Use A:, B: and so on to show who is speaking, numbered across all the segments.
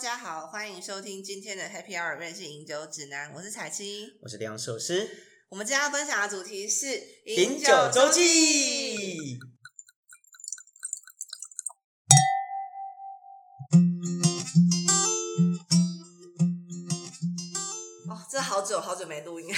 A: 家好，欢迎收听今天的 Happy Hour 任性饮酒指南，我是彩青。
B: 我是梁寿司，
A: 我们今天要分享的主题是
B: 饮酒周。记。
A: 哦，这好久好久没录音，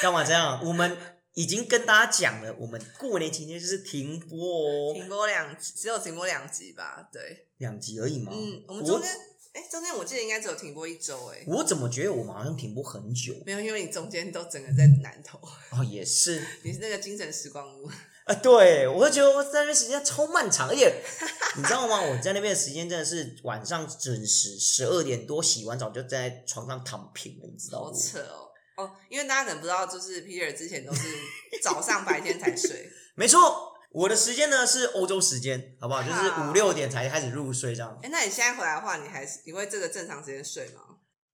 B: 干嘛这样？我们已经跟大家讲了，我们过年期间就是停播哦，
A: 停播两集，只有停播两集吧？对，
B: 两集而已嘛。
A: 嗯，我们中
B: 哦我
A: 间，哎、中间我记得应该只有停播一周，哎，
B: 我怎么觉得我们好像停播很久？
A: 没有，因为你中间都整个在南头，
B: 哦，也是
A: 你是那个精神时光屋。
B: 啊，对，我就觉得我在那边时间超漫长，而且你知道吗？我在那边的时间真的是晚上准时十二点多洗完澡就在床上躺平了，你知道
A: 好
B: 吗？
A: 扯哦。哦，因为大家可能不知道，就是 Peter 之前都是早上白天才睡，
B: 没错。我的时间呢是欧洲时间，好不好？就是
A: 好
B: 五六点才开始入睡这样。
A: 哎，那你现在回来的话，你还是你会这个正常时间睡吗？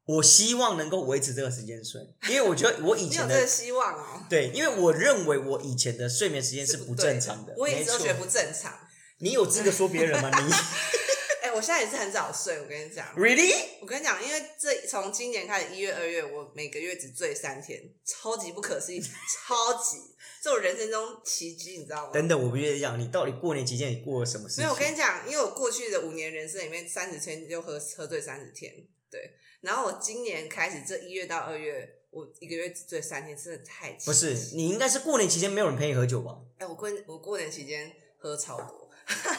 B: 我希望能够维持这个时间睡，因为我觉得我以
A: 你 有
B: 前
A: 这个
B: 的
A: 希望哦？
B: 对，因为我认为我以前的睡眠时间是
A: 不
B: 不
A: 对
B: 正常的。
A: 我一
B: 没
A: 直都
B: 错
A: 觉得不正常。
B: 你有资格说别人吗？ 你
A: 哎，我现在也是很早睡，我跟你讲，
B: really？
A: 我跟你讲，因为这从今年开始一月、二月，我每个月只醉三天，超级不可思议， 超级，这我人生中奇迹，你知道吗？
B: 等等，我不愿意讲，你到底过年期间你过了什么事
A: 没
B: 情？
A: 有，我跟你讲，因为我过去的五年人生里面，三十天就喝喝醉三十天，对。然后我今年开始这一月到二月，我一个月只醉三天，真的太奇
B: 不是，
A: 迹
B: 你应该是过年期间没有人陪你喝酒吧？
A: 哎、我过我过年期间喝超多。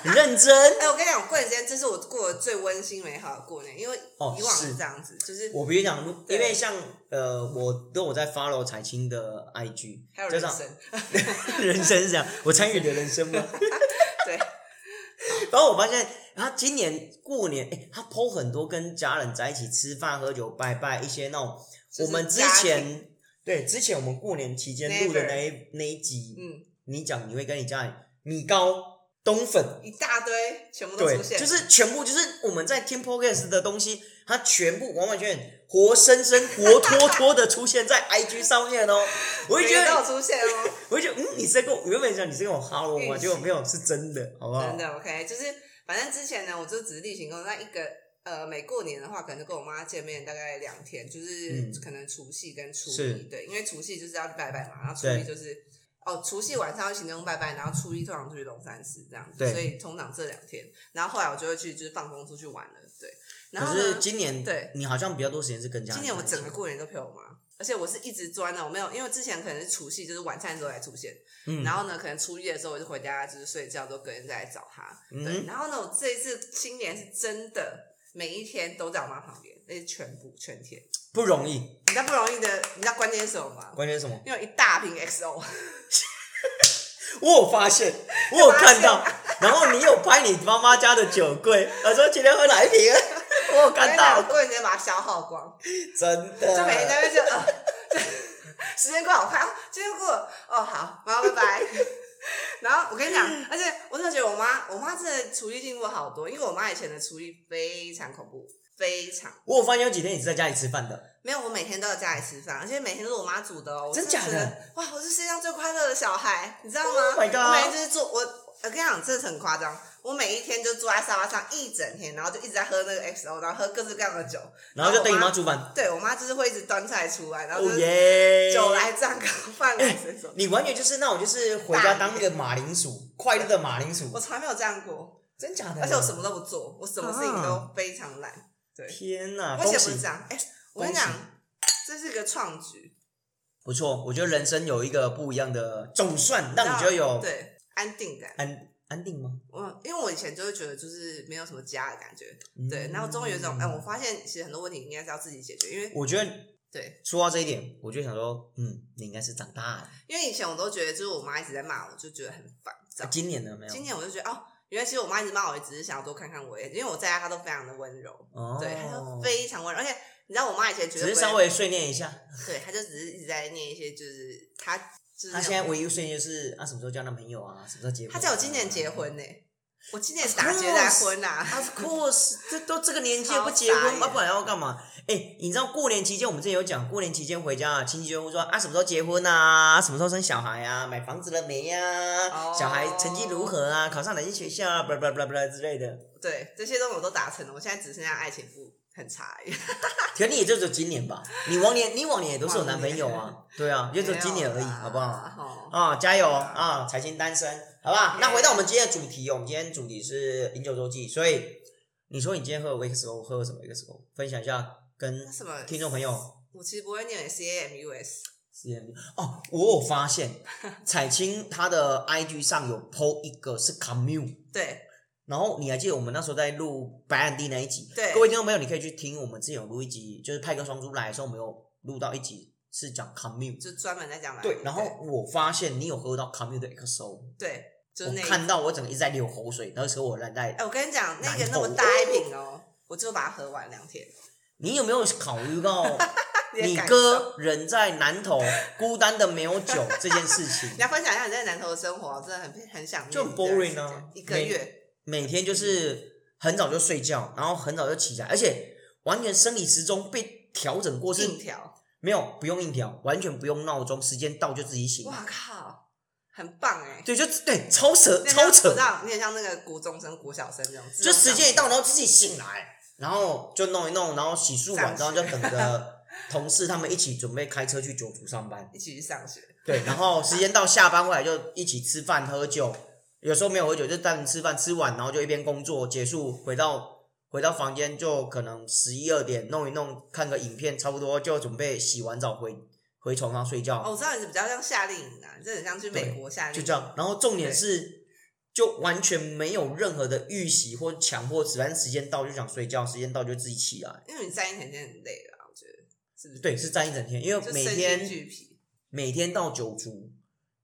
B: 你认真？
A: 哎、我跟你讲，我过年期间这是我过得最温馨美好的过年，因为
B: 哦
A: 以往
B: 是
A: 是这样子，就是
B: 我必须讲，
A: 对
B: 因为像呃，我都有在 follow 彩青的 IG，
A: 还有
B: 加
A: 人
B: 上
A: 生，
B: 人生是这样，我参与你的人生吗？
A: 对。
B: 然后我发现他今年过年，哎、他 PO 很多跟家人在一起吃饭、喝酒、拜拜一些那种，
A: 就是
B: 我们之
A: 家
B: 前对之前我们过年期间录的那一那一集，
A: 嗯，
B: 你讲你会跟你家人米糕、冬粉，
A: 一大堆全部都
B: 对，
A: 出现，
B: 就是全部就是我们在听 podcast 的东西，它全部完完全全活生生、活脱脱的出现在 IG 上面哦。我就觉
A: 每个都
B: 得，
A: 有出现 哦。
B: 我就觉得，嗯，你是在跟我原本想你是跟我哈喽
A: 预
B: 吗？
A: 期
B: 结果没有，是真的，好不好
A: 真？的 OK，就是反正之前呢，我就只是例行公事。那一个呃，每过年的话，可能就跟我妈见面大概两天，就是
B: 嗯
A: 可能除夕跟初
B: 是
A: 一，对，因为除夕就是要拜拜嘛，然后初一就
B: 对
A: 是哦，除夕晚上要行动拜拜，然后初一通常出去龙山寺这样子，
B: 对
A: 所以通常这两天，然后后来我就会去就是放风出去玩了，对。然后
B: 可是
A: 呢，
B: 今年
A: 对
B: 你好像比较多时间是跟家人
A: 今
B: 在一起。
A: 年我整个过年都陪我妈。而且我是一直钻的，我没有，因为之前可能是除夕，就是晚餐的时候才出现，
B: 嗯，
A: 然后呢，可能初一的时候我就回家就是睡觉，都隔天再来找她。对，
B: 嗯，
A: 然后呢，我这一次新年是真的每一天都在我妈旁边，那是全部全天。
B: 不容易。
A: 你知道不容易的，你知道关键是什么吗？
B: 关键是什么？
A: 因为有一大瓶 XO，
B: 我有 发现，我有看到，然后你有拍你妈妈家的酒柜，我说今天喝哪一瓶啊？ 我有看
A: 我
B: 到，
A: 过年直接把它消耗光，
B: 真的。
A: 就每天在 那边就呃，就时间过好快，哦今天过了哦好，妈妈拜拜。 然后我跟你讲，而且我真的觉得我妈，我妈真的厨艺进步好多，因为我妈以前的厨艺非常恐怖，非常
B: 我有发现有几天你是在家里吃饭的，
A: 没有，我每天都在家里吃饭，而且每天都是我妈煮的哦。我真
B: 真
A: 的
B: 假
A: 觉得
B: 的？
A: 哇，我是世界上最快乐的小孩，你知道吗
B: Oh my god
A: 我每天就是坐我，我跟你讲，这很夸张。我每一天就坐在沙发上一整天，然后就一直在喝那个 XO，然后喝各式各样的酒。
B: 然后就等你
A: 我
B: 妈煮饭。
A: 对我妈就是会一直端菜出来，然后就
B: 哦
A: 是
B: 耶！
A: 酒来张口，饭来伸手。
B: 哎你完全就是那种就是回家当个马铃薯，快乐的马铃薯
A: 我。从来没有这样过，
B: 真假的？
A: 而且我什么都不做，我什么事情都非常懒。
B: 天哪！
A: 而且
B: 啊恭
A: 不是这
B: 喜，
A: 样，哎、我跟你
B: 恭喜
A: 讲，这是个创举，
B: 不错，我觉得人生有一个不一样的，总算让你觉得
A: 然后
B: 有
A: 对安定感。
B: 安安定吗？
A: 我因为我以前就会觉得就是没有什么家的感觉，
B: 嗯
A: 对，然后终于有一种，哎、我发现其实很多问题应该是要自己解决，因为
B: 我觉得
A: 对，
B: 说到这一点，我就想说，嗯，你应该是长大了。
A: 因为以前我都觉得就是我妈一直在骂我，就觉得很烦躁。
B: 啊今年呢？没有
A: 今。年我就觉得哦，原来其实我妈一直骂我，也只是想要多看看我，因为我在家她都非常的温柔，
B: 哦，
A: 对，她都非常温柔，而且你知道我妈以前绝
B: 只
A: 对不
B: 是
A: 会
B: 稍微碎念一下。
A: 对，她就只是一直在念一些就是她就是那
B: 他
A: 种
B: 现在唯一碎念就是啊，什么时候交男朋友啊？什么时候结婚啊？
A: 她在我今年结婚呢、我今年
B: 哦
A: 打结来婚啦、啊，
B: Of course，这都这个年纪了
A: 超
B: 不结
A: 傻
B: 婚
A: 眼
B: 啊，不然要干嘛？哎、你知道过年期间，我们之前有讲，过年期间回家啊，亲戚就会说啊，什么时候结婚啊？什么时候生小孩啊？买房子了没呀、
A: 哦
B: 小孩成绩如何啊？考上哪些学校啊？blah blah blah blah 之类的。
A: 对，这些东西我都达成了，我现在只剩下爱情不很差而已。
B: 可你也就只有今年吧，你往年你往年也都是有男朋友
A: 往
B: 啊，对啊，也就只有今年而
A: 没
B: 已，
A: 有啦
B: 好不好？？
A: 哦
B: 啊、加油啊！财经单身，好不好？那回到我们今天的主题哦，我们今天主题是饮酒周记，所以你说你今天喝了 XO，喝了什么 XO？分享一下跟
A: 那什么
B: 听众朋友。
A: 我其实不会念 C A M U S，
B: CMB 哦，我有发现彩青她的 IG 上有 PO 一个是 commute，
A: 对
B: 然后你还记得我们那时候在录白兰地那一集？
A: 对
B: 各位听众朋友，你可以去听我们之前有录一集，就是派克双猪来的时候，我们有录到一集是讲 commute。
A: 就专门在讲蓝
B: 对，然后我发现你有喝到 commute 的 XO，
A: 对，就是
B: 我
A: 那一
B: 看到我整个一直在流口水，那时候我烂在
A: 哎、。我跟你讲，那个
B: 馒
A: 那
B: 头
A: 么大一瓶哦，我就把它喝完两天。
B: 你有没有考 虑到
A: 的
B: 你
A: 感受，
B: 哥人在南头，孤单的没有酒这件事情
A: 你？要分享一下你在南头的生活，我真的很很想念
B: 就很
A: 这段
B: boring
A: 时
B: 啊
A: 间一个
B: 每
A: 月，
B: 每天就是很早就睡觉，然后很早就起来，而且完全生理时钟被调整过，是
A: 硬条，
B: 没有不用硬调，完全不用闹钟，时间到就自己醒。
A: 哇靠，很棒哎、
B: 对，就对，超扯，
A: 那
B: 超
A: 像我
B: 扯
A: 知，道，你很像那个国中生、国小生那种，
B: 就时间一到，然后自己醒来，然后就弄一弄，然后洗漱完，
A: 上
B: 然
A: 学
B: 后就等着同事他们一起准备开车去九族上班。
A: 一起去上学，
B: 对，然后时间到下班回来就一起吃饭喝酒，有时候没有喝酒就单纯吃饭，吃完然后就一边工作结束，回到回到房间就可能十一二点弄一弄，看个影片，差不多就准备洗完澡回回床上睡觉，
A: 哦，我知道你是比较像夏令营啊，你这很像去美
B: 对
A: 国夏令营，
B: 就这样。然后重点是就完全没有任何的预习或强迫，反正时间到就想睡觉，时间到就自己起来。
A: 因为你站一整天很累了啊，我觉得是不是？
B: 对，是站一整天，因为
A: 就
B: 每
A: 身心
B: 天
A: 俱疲，
B: 每天到九族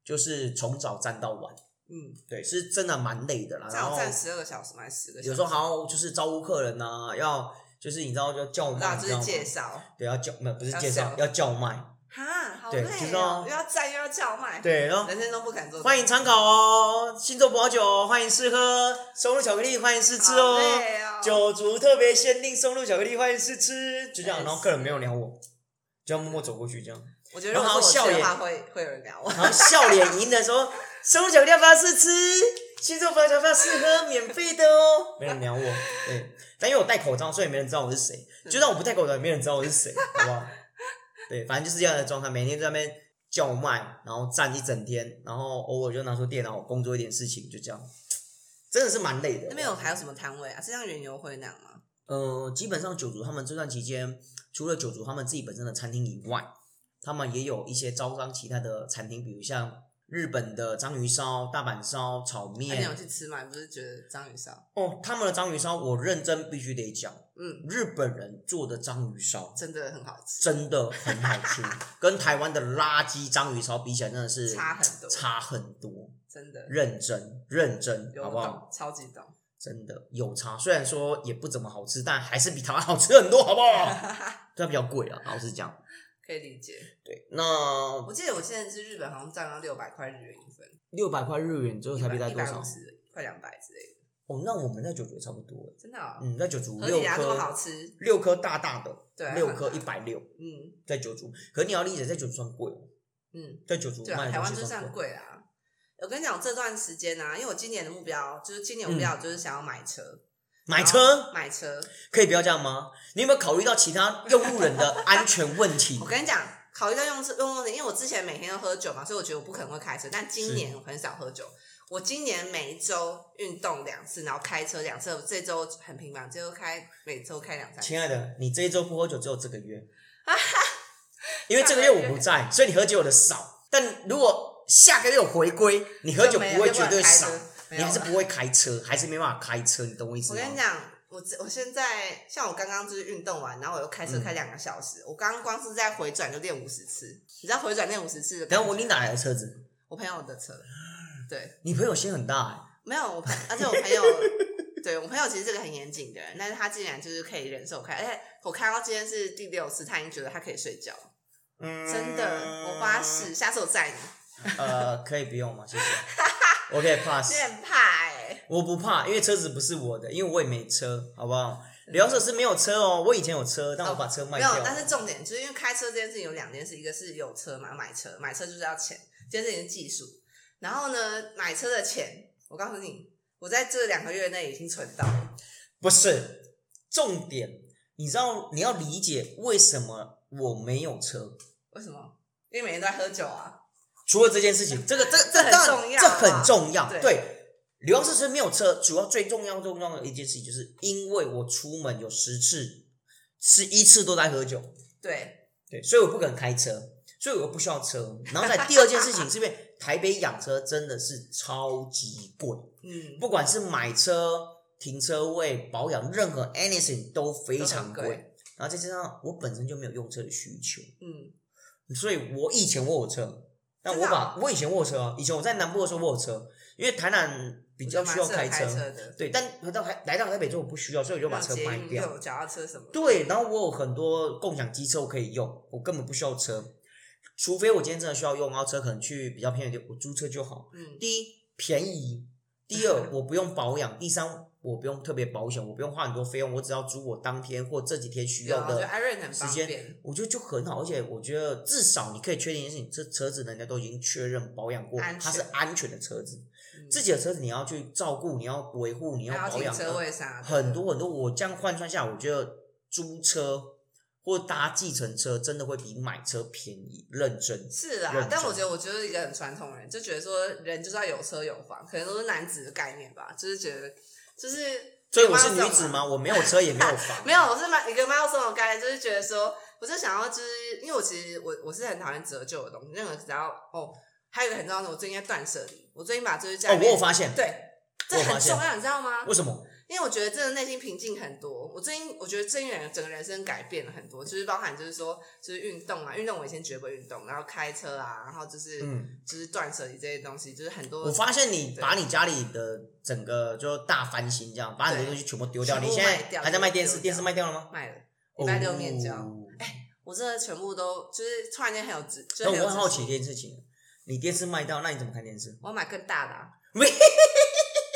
B: 就是从早站到晚。
A: 嗯，
B: 对，是真的蛮累的啦。
A: 这
B: 然
A: 样
B: 后
A: 我站十二个小时嘛，还是十个小时？
B: 有时候还要就是招呼客人呐、要就是你知道就叫卖，
A: 那
B: 你
A: 啊就
B: 知道
A: 是
B: 吗？
A: 介绍，
B: 对，要叫没有不是
A: 要
B: 介绍
A: 叫，
B: 要叫卖。
A: 哈，好
B: 对
A: 累
B: 就是
A: 哦
B: 要，
A: 又要站又要叫卖，
B: 对，然后
A: 人生都不敢做。
B: 欢迎参考哦，星座葡萄酒哦欢迎试喝，松露巧克力欢迎试吃
A: 好
B: 哦，
A: 累哦，
B: 九族特别限定松露巧克力欢迎试吃，就这
A: 哎
B: 样。然后客人没有鸟我，就要默默走过去这样。
A: 我觉得如
B: 然后
A: 果是我
B: 笑
A: 去
B: 脸
A: 的话，会会有人聊我。
B: 然后笑脸迎的说：“松露巧克力要不要试吃？星座葡萄酒要不要试喝？免费的哦。”没人鸟我，对，但因为我戴口罩，所以没人知道我是谁。就算我不戴口罩，也没人知道我是谁，好不好？对，反正就是这样的状态，每天在那边叫卖，然后站一整天，然后偶尔就拿出电脑工作一点事情，就这样，真的是蛮累的。
A: 那边有还有什么摊位啊？是像园游会那样吗？
B: 呃，基本上九族他们这段期间，除了九族他们自己本身的餐厅以外，他们也有一些招商其他的餐厅，比如像日本的章鱼烧、大阪烧、炒
A: 那你有
B: 面。
A: 去吃吗？你不是觉得章鱼烧
B: 哦，他们的章鱼烧我认真必须得讲，
A: 嗯，
B: 日本人做的章鱼烧
A: 真的很好吃，
B: 真的很好吃，跟台湾的垃圾章鱼烧比起来，真的是
A: 差很多，
B: 差很多。
A: 真的
B: 认真认真，
A: 有
B: 好
A: 我
B: 不好？
A: 懂，超级懂。
B: 真的有差，虽然说也不怎么好吃，但还是比台湾好吃很多，好不好？ 对，它比较贵啊，老实讲。
A: 可以理解。
B: 对，那
A: 我记得我之前去日本好像占到六百块日元一份，
B: 六百块日元之后台币在
A: 一
B: 多
A: 百
B: 少
A: 五？十快两百之类的，
B: 哦，那我们在九九也差不多，
A: 真的哦，
B: 嗯，在九九
A: 合
B: 六
A: 理啊，这么好
B: 颗，
A: 吃，
B: 六颗大大的，
A: 对啊
B: 六颗一百六，
A: 嗯
B: 在九九。可你要理解，在九九算贵哦，
A: 嗯。
B: 在九九
A: 对
B: 卖
A: 啊，
B: 的
A: 台
B: 东
A: 湾
B: 西
A: 就是这
B: 算
A: 样
B: 贵。
A: 贵啊。我跟你讲，我这段时间啊，因为我今年的目标就是今
B: 嗯
A: 年目标就是想要买车，
B: 买
A: 然
B: 车
A: 后买车。
B: 可以不要这样吗？你有没有考虑到其他用路人的安全问题
A: 我？跟你讲，考虑到用车用用的，因为我之前每天都喝酒嘛，所以我觉得我不可能会开车。但今年我很少喝酒，我今年每一周运动两次，然后开车两次。我这周很频繁，这周开每周开两三次。
B: 亲爱的，你这一周不喝酒只有这个月，
A: 啊
B: 因为这个月我不 在，所以你喝酒的少。但如果下个月我回归，你喝酒
A: 就没
B: 不会
A: 就不
B: 绝
A: 能
B: 对
A: 开
B: 少
A: 车，没
B: 你还
A: 有
B: 是
A: 了
B: 不会开车，还是没办法开车，你懂我意思
A: 我
B: 吗？
A: 跟你讲，我这我现在像我刚刚就是运动完，然后我又开
B: 嗯
A: 车开两个小时，我刚刚光是在回转就练五十次，你知道回转练五十次的感
B: 然
A: 觉？
B: 后我你哪来的车子？
A: 我朋友的车，对，
B: 你朋友心很大欸
A: 没有我朋，而且我朋 友，对我朋友其实是个很严谨的人，但是他竟然就是可以忍受开，而且我看到今天是第六次，他已经觉得他可以睡觉，
B: 哎、嗯
A: 真的，我发。誓，下次我载你，
B: 呃，可以不用吗？ 谢谢。我可以 pass
A: 你。很怕哎、
B: 我不怕，因为车子不是我的，因为我也没车，好不好？聊舍是没有车哦，我以前有车，但我把车卖
A: 没
B: 掉了。
A: 有，但是重点就是因为开车这件事情有两件事，一个是有车嘛，买车，买车就是要钱，这件事情是技术。然后呢，买车的钱，我告诉你，我在这两个月内已经存到了，
B: 不是重点，你知道你要理解为什么我没有车，
A: 为什么？因为每天都在喝酒啊。
B: 除了这件事情，这个这
A: 这很
B: 当然
A: 重要
B: 这
A: 啊
B: 很重要。
A: 对
B: 对，流浪设施没有车，主要最重要重要的一件事情，就是因为我出门有十次，十一次都在喝酒，
A: 对，
B: 对，所以我不敢开车，所以我不需要车。然后在第二件事情，是因为台北养车真的是超级贵，
A: 嗯，
B: 不管是买车、停车位、保养，任何 anything 都非
A: 都很
B: 常贵
A: 贵。
B: 然后再加上我本身就没有用车的需求，
A: 嗯，
B: 所以我以前我有车，但我
A: 真的
B: 把
A: 啊
B: 我以前我有车啊，以前我在南部的时候我有车，因为台南比较需要
A: 我觉得蛮适
B: 车，
A: 合开车的，
B: 对，但回到台来到台北之后我不需要，所以我就把车
A: 那种
B: 卖
A: 捷运
B: 掉。
A: 又有脚踏车什么的，
B: 对，然后我有很多共享机车我可以用，我根本不需要车，除非我今天真的需要用，然后车可能去比较偏远的地，我租车就好。
A: 嗯，
B: 第一便宜，第 二我不用保养，第三我不用特别保险，我不用花很多费用，我只要租我当天或这几天需
A: 有
B: 要
A: 啊，我觉得
B: 的。
A: 艾瑞很
B: 时
A: 方
B: 间
A: 便，，
B: 我觉得就很好，而且我觉得至少你可以确定一件事情，这车子人家都已经确认保养过，
A: 安
B: 它是
A: 全
B: 安全的车子。
A: 嗯
B: 自己的车子你要去照顾，你要维护，你
A: 还要
B: 保
A: 停
B: 养的，
A: 车位啥的，
B: 很多很多，我这样换算下来，我觉得租车或搭计程车真的会比买车便宜。认真，
A: 是
B: 认
A: 啦
B: 真，
A: 但我觉得我就是一个很传统的人，就觉得说人就是要有车有房，可能都是男子的概念吧，就是觉得就是。
B: 所以我是女子吗？？我没有车也没有房，
A: 啊 没有，我是蛮一个 milestone 的概念，就是觉得说，我是想要，就是因为我其实我我是很讨厌折旧的东西，任何只要哦，还有一个很重要的，我最近在断舍离，我最近把就是家
B: 哦，
A: 里
B: 我有
A: 面、
B: 发现，
A: 对，这
B: 我有发
A: 很
B: 现
A: 重要，你知道吗？
B: 为什么？
A: 因为我觉得真的内心平静很多。我最近我觉得最近整个人生改变了很多，就是包含就是说就是运动啊，运动我以前绝不会运动，然后开车啊，然后就是、
B: 嗯，
A: 就是断舍离这些东西，就是很多
B: 我发现你
A: 对
B: 把你家里的整个就大翻新，这样把你的
A: 对
B: 东西全部丢掉。
A: 全
B: 你
A: 部
B: 现
A: 卖
B: 在
A: 掉
B: 还在卖电视，
A: 丢掉
B: 电视卖掉了吗？
A: 卖了，礼
B: 哦
A: 拜六面交。
B: 哎，
A: 我真的全部都就是突然间很有自，就是
B: 那
A: 很有
B: 我很好
A: 自
B: 奇
A: 信
B: 一件事情，你电视卖掉，那你怎么看电视？
A: 我要买更大的、啊。
B: 没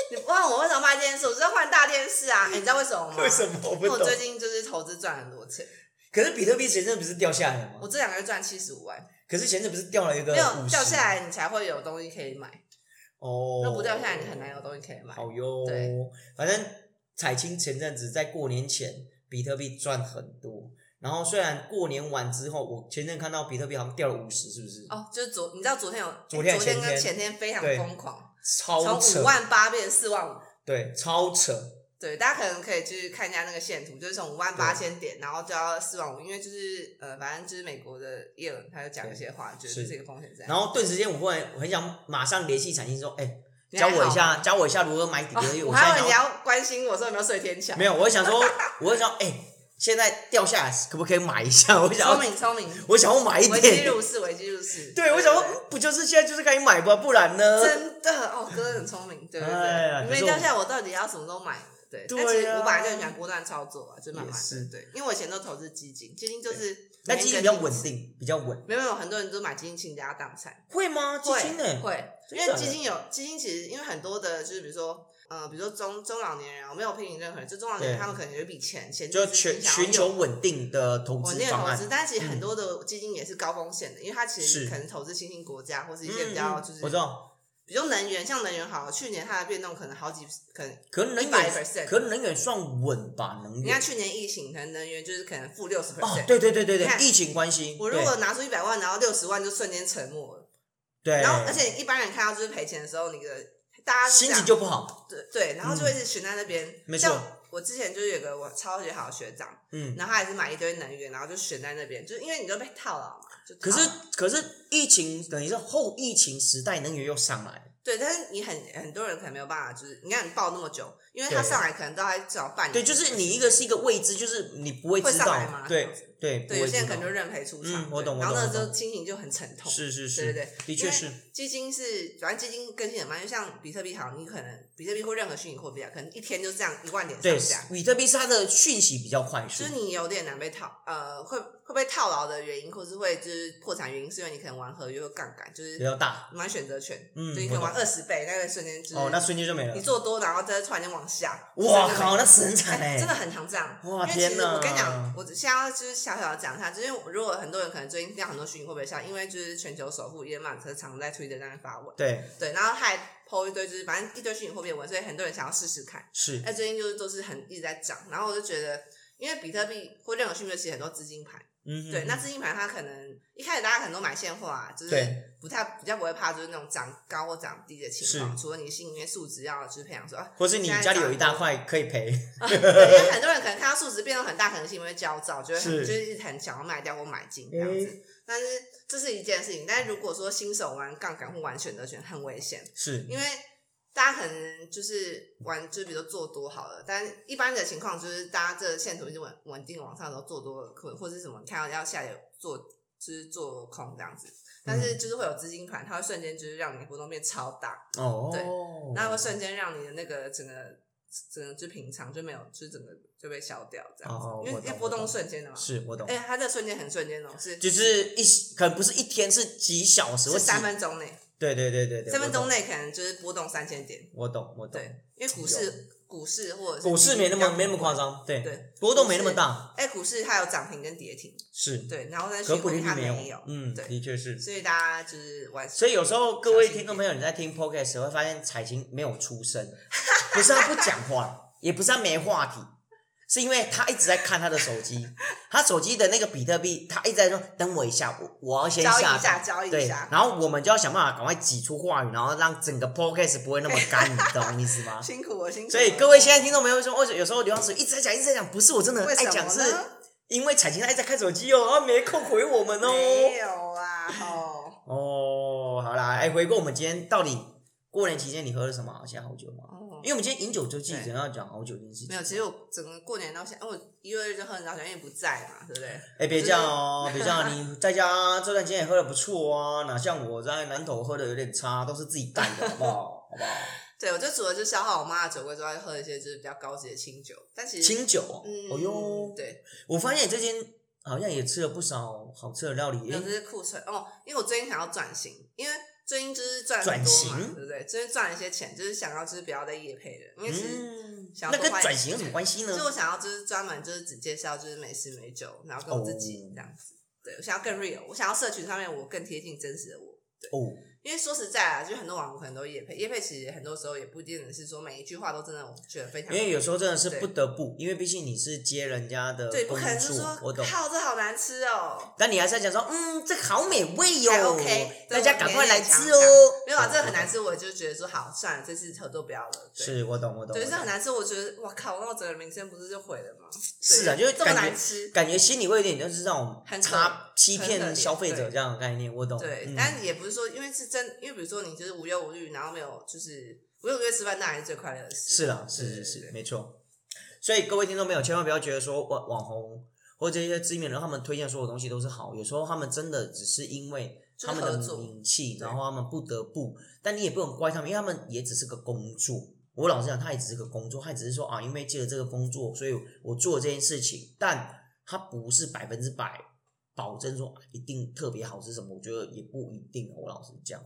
A: 你问我为什么卖电视，我就要换大电视啊、哎你知道为什 么吗？
B: 么我
A: 因为我最近就是投资赚很多钱，
B: 可是比特币前阵不是掉下来了吗
A: 我？这两个月赚七十五万，
B: 可是前阵不是掉了一个
A: 没有
B: 50
A: 掉下来你才会有东西可以买，
B: 哦，
A: 那、不掉下来你很难有东西可以买。
B: 好哟。
A: 对，
B: 反正彩青前阵子在过年前，比特币赚很多。然后虽然过年完之后，我前阵看到比特币好像掉了五十，是不是？
A: 哦，就是昨你知道昨天有
B: 昨天还前天
A: 跟前天非常
B: 对
A: 疯狂，
B: 超
A: 从
B: 扯
A: 五，万八变四万五。
B: 对，超扯。
A: 对，大家可能可以去看一下那个线图，就是从五万八千点，然后掉到四万五，因为就是呃，反正就是美国的耶伦他有讲一些话，觉得这
B: 是
A: 是一个风险在。
B: 然后顿时间，我忽然我很想马上联系彩青说：“哎，
A: 你
B: 教
A: 还
B: 我一
A: 好
B: 下，
A: 吗
B: 教我一下如何买比特币。
A: 哦我
B: 现在
A: 还以为
B: 想要
A: 你要关心我说有没有睡天桥
B: 没。有，我想说，我会想，哎、现在掉下来可不可以买一下？我想
A: 聪
B: 要，
A: 明聪明，
B: 我想要买一
A: 危机
B: 点。
A: 入市，危机入市。
B: 对，我想说，嗯不就是现在就是可以买吧，不然呢？
A: 真的哦，哥很聪明，对不
B: 呃哎呀
A: 对？你没
B: 可是我
A: 掉下，我到底要什么时候买？对，
B: 对
A: 但其实
B: 呀
A: 我本来就很喜欢波段操作啊，就慢慢
B: 也是
A: 的对，因为我以前都投资基金，基金就是
B: 那基金比较稳
A: 每一个基金。
B: 定，比较稳，
A: 没有没有，很多人都买基金倾家荡产，
B: 会吗？基
A: 会
B: 金呢、
A: 会，因
B: 真的假
A: 为
B: 的
A: 基金有基金，其实因为很多的，就是比如说呃，比如说中中老年人啊，我没有批评任何人，就中老年人
B: 对
A: 他们可能有一笔钱，钱
B: 就是
A: 自己
B: 全
A: 想要用
B: 寻求稳定的投
A: 稳
B: 资
A: 定的
B: 方
A: 投
B: 案嗯
A: 资，。但其实很多的基金也是高风险的，因为它其
B: 是
A: 实可能投资新兴国家或是一些
B: 嗯
A: 比较
B: 嗯
A: 就是
B: 我知道，
A: 比如能源，像能源好了，去年它的变动可能好几，可能
B: 可能能源，
A: 100%
B: 可能能源算稳吧，能
A: 你看
B: 源。
A: 去年疫情，可能能源就是可能负六十
B: 嗯哦
A: percent。，
B: 对对对对
A: 你
B: 对，
A: 看
B: 疫情关系。
A: 我如果拿出一百万，然后六十万就瞬间沉没了。
B: 对，对
A: 然后，而且一般人看到就是赔钱的时候，你的大家是这
B: 心
A: 样
B: 情就不好。
A: 对对，然后就会一直悬在那边。
B: 没错
A: 像我之前就是有个我超级好的学长，
B: 嗯，
A: 然后他也是买一堆能源，然后就悬在那边，就是因为你都被套牢嘛。就套
B: 可
A: 牢
B: 是可是疫情等于是后疫情时代，能源又上来了。
A: 对，但是你很很多人可能没有办法，就是你看你报那么久，因为
B: 对
A: 他上来可能都还至少半年。
B: 对，就是你一个是一个未知，就是你不会
A: 会
B: 知
A: 上来
B: 道
A: 吗，？
B: 对
A: 这样子
B: 对，不
A: 对，有
B: 会
A: 些人
B: 知
A: 可
B: 道
A: 能就认赔出场。
B: 嗯我
A: 对
B: 懂我
A: 然后那
B: 懂
A: 时
B: 我
A: 候
B: 懂
A: 心情就很沉痛。
B: 是是
A: 对
B: 是，
A: 对对，
B: 的确是
A: 因为基金是，反正基金更新很慢，就像比特币好，你可能比特币或任何虚拟货币啊，可能一天就这样一万点
B: 对
A: 上下，。
B: 比特币是它的讯息比较快速
A: 就，是你有点难被套，呃，会会被套牢的原因，或是会就是破产原因，是因为你可能玩合约或杠杆，就是
B: 比较大。
A: 你玩选择权，
B: 嗯
A: 就你可
B: 我
A: 能玩二十倍，那个瞬间就是
B: 哦，那瞬间就没了
A: 你。做多，然后再突然间往下，
B: 哇
A: 真的
B: 靠，
A: 很
B: 那死人惨
A: 哎
B: 哎！
A: 真的很常这样。
B: 哇
A: 因为其
B: 天
A: 实
B: 哪
A: 我跟你讲，我现在就是想小小的讲一下，就是如果很多人可能最近听到很多虚拟货币项，因为就是全球首富伊马斯常在推特上面发文，
B: 对，
A: 对，然后他还 PO 一堆就是反正一堆虚拟货币的文，所以很多人想要试试看。
B: 是，
A: 哎，最近就是都是很一直在涨，然后我就觉得，因为比特币或任何虚拟货币其实很多资金盘，
B: 嗯，
A: 对，那资金盘它可能一开始大家可能都买现货啊，就是
B: 对，
A: 不太比较不会怕就是那种涨高或涨低的情况，
B: 是
A: 除了你心里面数值要就是培养说，啊
B: 或是你家里有一大块可以赔，
A: 对，因为很多人可能看到数值变动很大，可能性会焦躁，就会很
B: 是
A: 就是一直很想要卖掉或买进这样子。但是这是一件事情，但是如果说新手玩杠杆或玩选择权很危险，
B: 是，
A: 因为大家可能就是玩，就比如说做多好了，但一般的情况就是大家这个线图一直稳稳定往上的时候做多，可或是什么你看到要下跌做就是做空这样子，但是就是会有资金盘，它会瞬间就是让你的波动变超大，
B: 哦，
A: 对那会瞬间让你的那个整个整个就平常就没有，就整个就被消掉这样子，
B: 哦哦
A: 因为
B: 我
A: 因为
B: 懂
A: 波
B: 我
A: 动
B: 懂
A: 瞬间的嘛。
B: 是我懂
A: 哎、，它这瞬间很瞬间哦，是
B: 就是一可能不是一天，是几小时或
A: 是
B: 几
A: 三，分钟内，
B: 对对对对对，
A: 三分
B: 我
A: 钟
B: 懂，
A: 内可能就是波动三千点，
B: 我懂我懂，哦
A: 对，因为股市股市或者是
B: 股市没那
A: 比
B: 么
A: 较
B: 没那么夸。张，
A: 对
B: 对，波动没那么大，
A: 哎、股市它有涨停跟跌停，
B: 是，
A: 对，然后但
B: 可
A: 是
B: 股利率
A: 它
B: 没
A: 没
B: 有，嗯，
A: 对
B: 的确是。
A: 所以大家就是玩，
B: 所以有时候各位听众
A: 友
B: 朋友，你在听 podcast 会发现彩琴没有出 声，不是她不讲话，也不是她没话题，是因为她一直在看她的手机，她手机的那个比特币，她一直在说等我一下，我我要先
A: 交易
B: 下
A: 一
B: 载
A: 下，交易
B: 对，
A: 一下
B: 然，后我们就要想办法赶快挤出话语，然后让整个 podcast 不会那么 干，你懂我意思吗？
A: 辛苦我辛苦了。
B: 所以各位现在听众朋友说，哦，有时候刘老师一直在讲，一直在讲，不是我真的很
A: 为
B: 爱
A: 什
B: 讲，
A: 么
B: 是
A: 呢？
B: 因为彩琴她一直在看手机哦，然后没空回我们哦
A: 没。有啦，哦。
B: 哦，好啦，哎，回顾我们今天到底过年期间你喝了什么好像好酒吗？
A: 哦
B: 因为我们今天饮酒就记
A: 对
B: 得要讲好酒这件事
A: 没有，
B: 情。
A: 其实我整个过年到现在，我一月二就喝很少酒，因为不在嘛，对不对？
B: 哎，别这样哦， 别这样，你在家这段时间也喝的不错啊，哪像我在南头喝的有点差，都是自己带的，好不好？好不好？
A: 对，我就除了就消耗我妈的酒柜之外，喝一些就是比较高级的清酒。但其实，
B: 清酒 哦，
A: 嗯，
B: 哦哟，
A: 对，
B: 我发现你最近好像也吃了不少好吃的料理，
A: 有
B: 哎
A: 这，些库存哦。因为我最近想要转型，因为最近就是赚
B: 转
A: 很多嘛，
B: 型
A: 对不对？最近赚了一些钱，就是想要就是不要再夜配了，因为其实、
B: 嗯，
A: 想
B: 那
A: 要
B: 跟
A: 多换
B: 转型有什么关系呢
A: 就？我想要就是专门就是只介绍就是美食美酒，然后跟我自己
B: 哦
A: 这样子。对我想要更 real，我想要社群上面我更贴近真实的我。
B: 哦，
A: 因为说实在啊，就很多网红可能都夜配，夜配其实很多时候也不一定是说每一句话都真的，我觉得非常。
B: 因为有时候真的是
A: 对
B: 不得不，因为毕竟你是接人家的
A: 对，不
B: 工
A: 可能是
B: 作，
A: 说
B: 我懂。
A: 靠这好难吃哦，
B: 但你还是要讲说，嗯，这好美味哟、
A: 还 OK，
B: 大家赶快来吃
A: 对我勉
B: 哦
A: 勉强强。没有啊，这个很难
B: 吃。
A: 吃，我就觉得说好算了，这次合作不要了。对，
B: 是我懂，我懂。
A: 对，
B: 我
A: 这
B: 懂
A: 很难吃，我觉得哇靠，那我整个名声不是就毁了吗？
B: 是啊
A: 对
B: 就是
A: 这么
B: 感觉
A: 难吃。
B: 感觉心里会有点就是那种
A: 很可
B: 差欺
A: 很可
B: 骗
A: 怜
B: 消费者
A: 对
B: 这样的概念，我懂。
A: 对，
B: 嗯
A: 但也不是说，因为是真，因为比如说你就是无忧无虑，然后没有就是无忧无虑吃饭，那还是最快乐的事。
B: 是啦，是是是，没错。所以各位听众朋友，千万不要觉得说网网红或者一些知名人，他们推荐所有东西都是好，有时候他们真的只是因为
A: 就是
B: 他们
A: 合
B: 的
A: 作
B: 名气，
A: 对
B: 然后他们不得不，但你也不能怪他们，因为他们也只是个工作。我老实讲，他也只是个工作，他也只是说啊，因为接了这个工作，所以我做这件事情，但他不是百分之百保证说啊一定特别好吃什么，我觉得也不一定。啊我老实讲，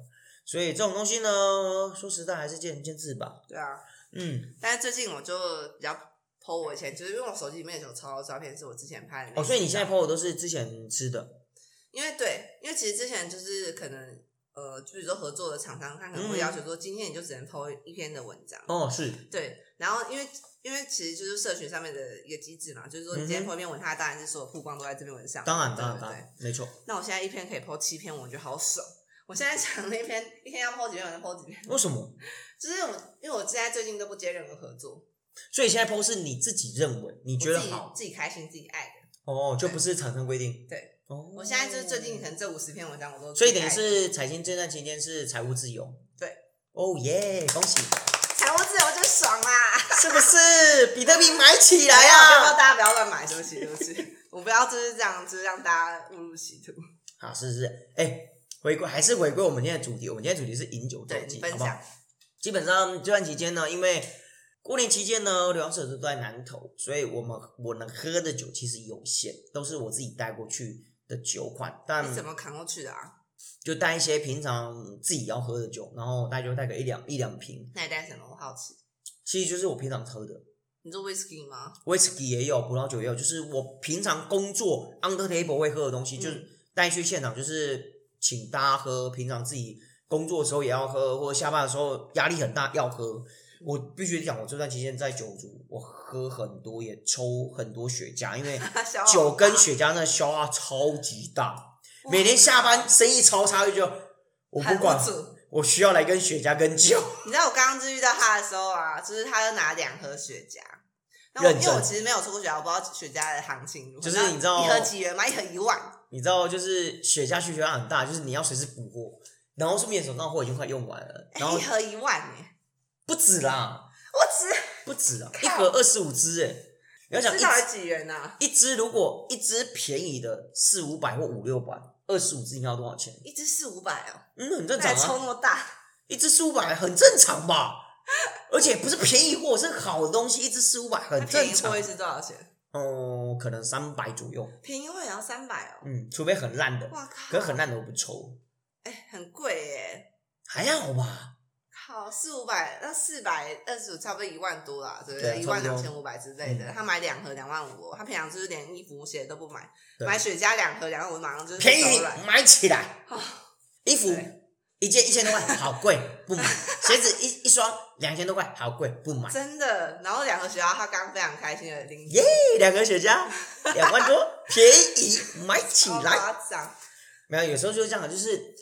B: 所以这种东西呢，说实在还是见仁见智吧。
A: 对啊，
B: 嗯，
A: 但是最近我就比较 PO 我以前，就是因为我手机里面有超多照片是我之前拍的那些照片。
B: 哦，所以你现在 PO 的都是之前吃的，
A: 因为对，因为其实之前就是可能呃，就比如说合作的厂商，他可
B: 嗯
A: 能会要求说，今天你就只能 PO 一篇的文章。
B: 哦，是
A: 对，然后因为因为其实就是社群上面的一个机制嘛，就是说你今
B: 嗯
A: 天
B: 哼
A: PO 一篇文，它当然是所有曝光都在这篇文上。
B: 当然，当
A: 对
B: 然，
A: 不
B: 当
A: 对？
B: 然，没错。
A: 那我现在一篇可以 PO 七篇，我觉得好爽。我现在想那篇一天要 PO 几篇，我就 PO 几篇。
B: 为什么？
A: 就是我，因为我现在最近都不接任何合作，
B: 所以现在 PO 是你自己认为你
A: 我
B: 觉得
A: 自己
B: 好
A: 自己开心自己爱的。
B: 哦，就不是厂商规定。
A: 对，
B: 哦，
A: 我现在就是最近可能这五十篇文章我都自
B: 所以
A: 己
B: 等于
A: 爱的
B: 是彩星这段期间是财务自由。
A: 对，
B: 哦耶，恭喜，
A: 财务自由就爽啦。
B: 是不是？比特币买起来
A: 来啊！不要
B: 啊！
A: 大家不要乱买，对不起，对不起，我不要就是这样，就是让大家误入歧途。
B: 好，是是，是哎，回归还是回归我们今天的主题，我们今天的主题是饮酒周
A: 对
B: 记，
A: 你分
B: 好不好
A: 享？
B: 基本上这段期间呢，因为过年期间呢，刘老师都在南投，所以我们我能喝的酒其实有限，都是我自己带过去的酒款，但
A: 你怎么扛过去的啊？
B: 就带一些平常自己要喝的酒，然后大概就带个一两一两瓶，
A: 那你带什么？我好奇。
B: 其实就是我平常喝的，
A: 你做 whisky 吗？
B: whisky 也有，葡萄酒也有，就是我平常工作 under table 会喝的东西，
A: 嗯
B: 就是带去现场，就是请大家喝，平常自己工作的时候也要喝，或者下班的时候压力很大要喝。我必须讲，我这段期间在酒族，我喝很多，也抽很多雪茄，因为
A: 消耗
B: 酒跟
A: 吧
B: 雪茄那消化超级大，每天下班生意超差，就觉得我不
A: 很
B: 管
A: 无，助
B: 我需要来跟雪茄跟酒。
A: 你知道我刚刚就遇到他的时候啊，就是他就拿两盒雪茄。然后我
B: 认
A: 因
B: 真
A: 为我其实没有抽过雪茄，我不知道雪茄的行情如何。
B: 就是你知道
A: 一盒几元吗？一盒一万。
B: 你知道，就是雪茄需求量很大，就是你要随时补货，然后说明你手上货已经快用完了，然后
A: 一盒一万哎、
B: 不止啦，
A: 我只
B: 不止啦，一
A: 靠
B: 盒二十五支哎，你要想
A: 知道
B: 一
A: 了几元啊？
B: 一支如果一支便宜的四五百或五六百，二十五支应该要多少钱？
A: 一支四五百哦，
B: 嗯，很正
A: 那还
B: 常
A: 抽
B: 啊，
A: 那么大，
B: 一支四五百很正常吧？而且不是便宜货，是好的东西，一支四五百
A: 那
B: 很
A: 便
B: 正
A: 宜货
B: 常
A: 一。支多少钱？
B: 哦、可能三百左右，
A: 便宜货也要三百哦，
B: 嗯，除非很烂的，
A: 哇靠！
B: 可是很烂的我不抽，
A: 哎、很贵耶、
B: 还好吧？
A: 靠，四五百，那四百二十五，差不多一万多啦，对不
B: 对啊
A: 对？一万
B: 差
A: 两
B: 不
A: 千
B: 多
A: 五百之类的。
B: 嗯
A: 他买两盒两万五，他平常就是连衣服、鞋都不买，
B: 对
A: 买雪茄两盒两万五，马上就是
B: 便
A: 手
B: 宜
A: 软
B: 买起来
A: 啊。
B: 衣服
A: 对
B: 一件一千 多块，好贵，不买。鞋子一一双两千多块，好贵，不买。
A: 真的。然后两盒雪茄，他刚刚非常开心的拎
B: 耶，两个 雪茄两万多，便宜买起
A: 超
B: 来。
A: 夸张，
B: 没有，有时候就是这样，就是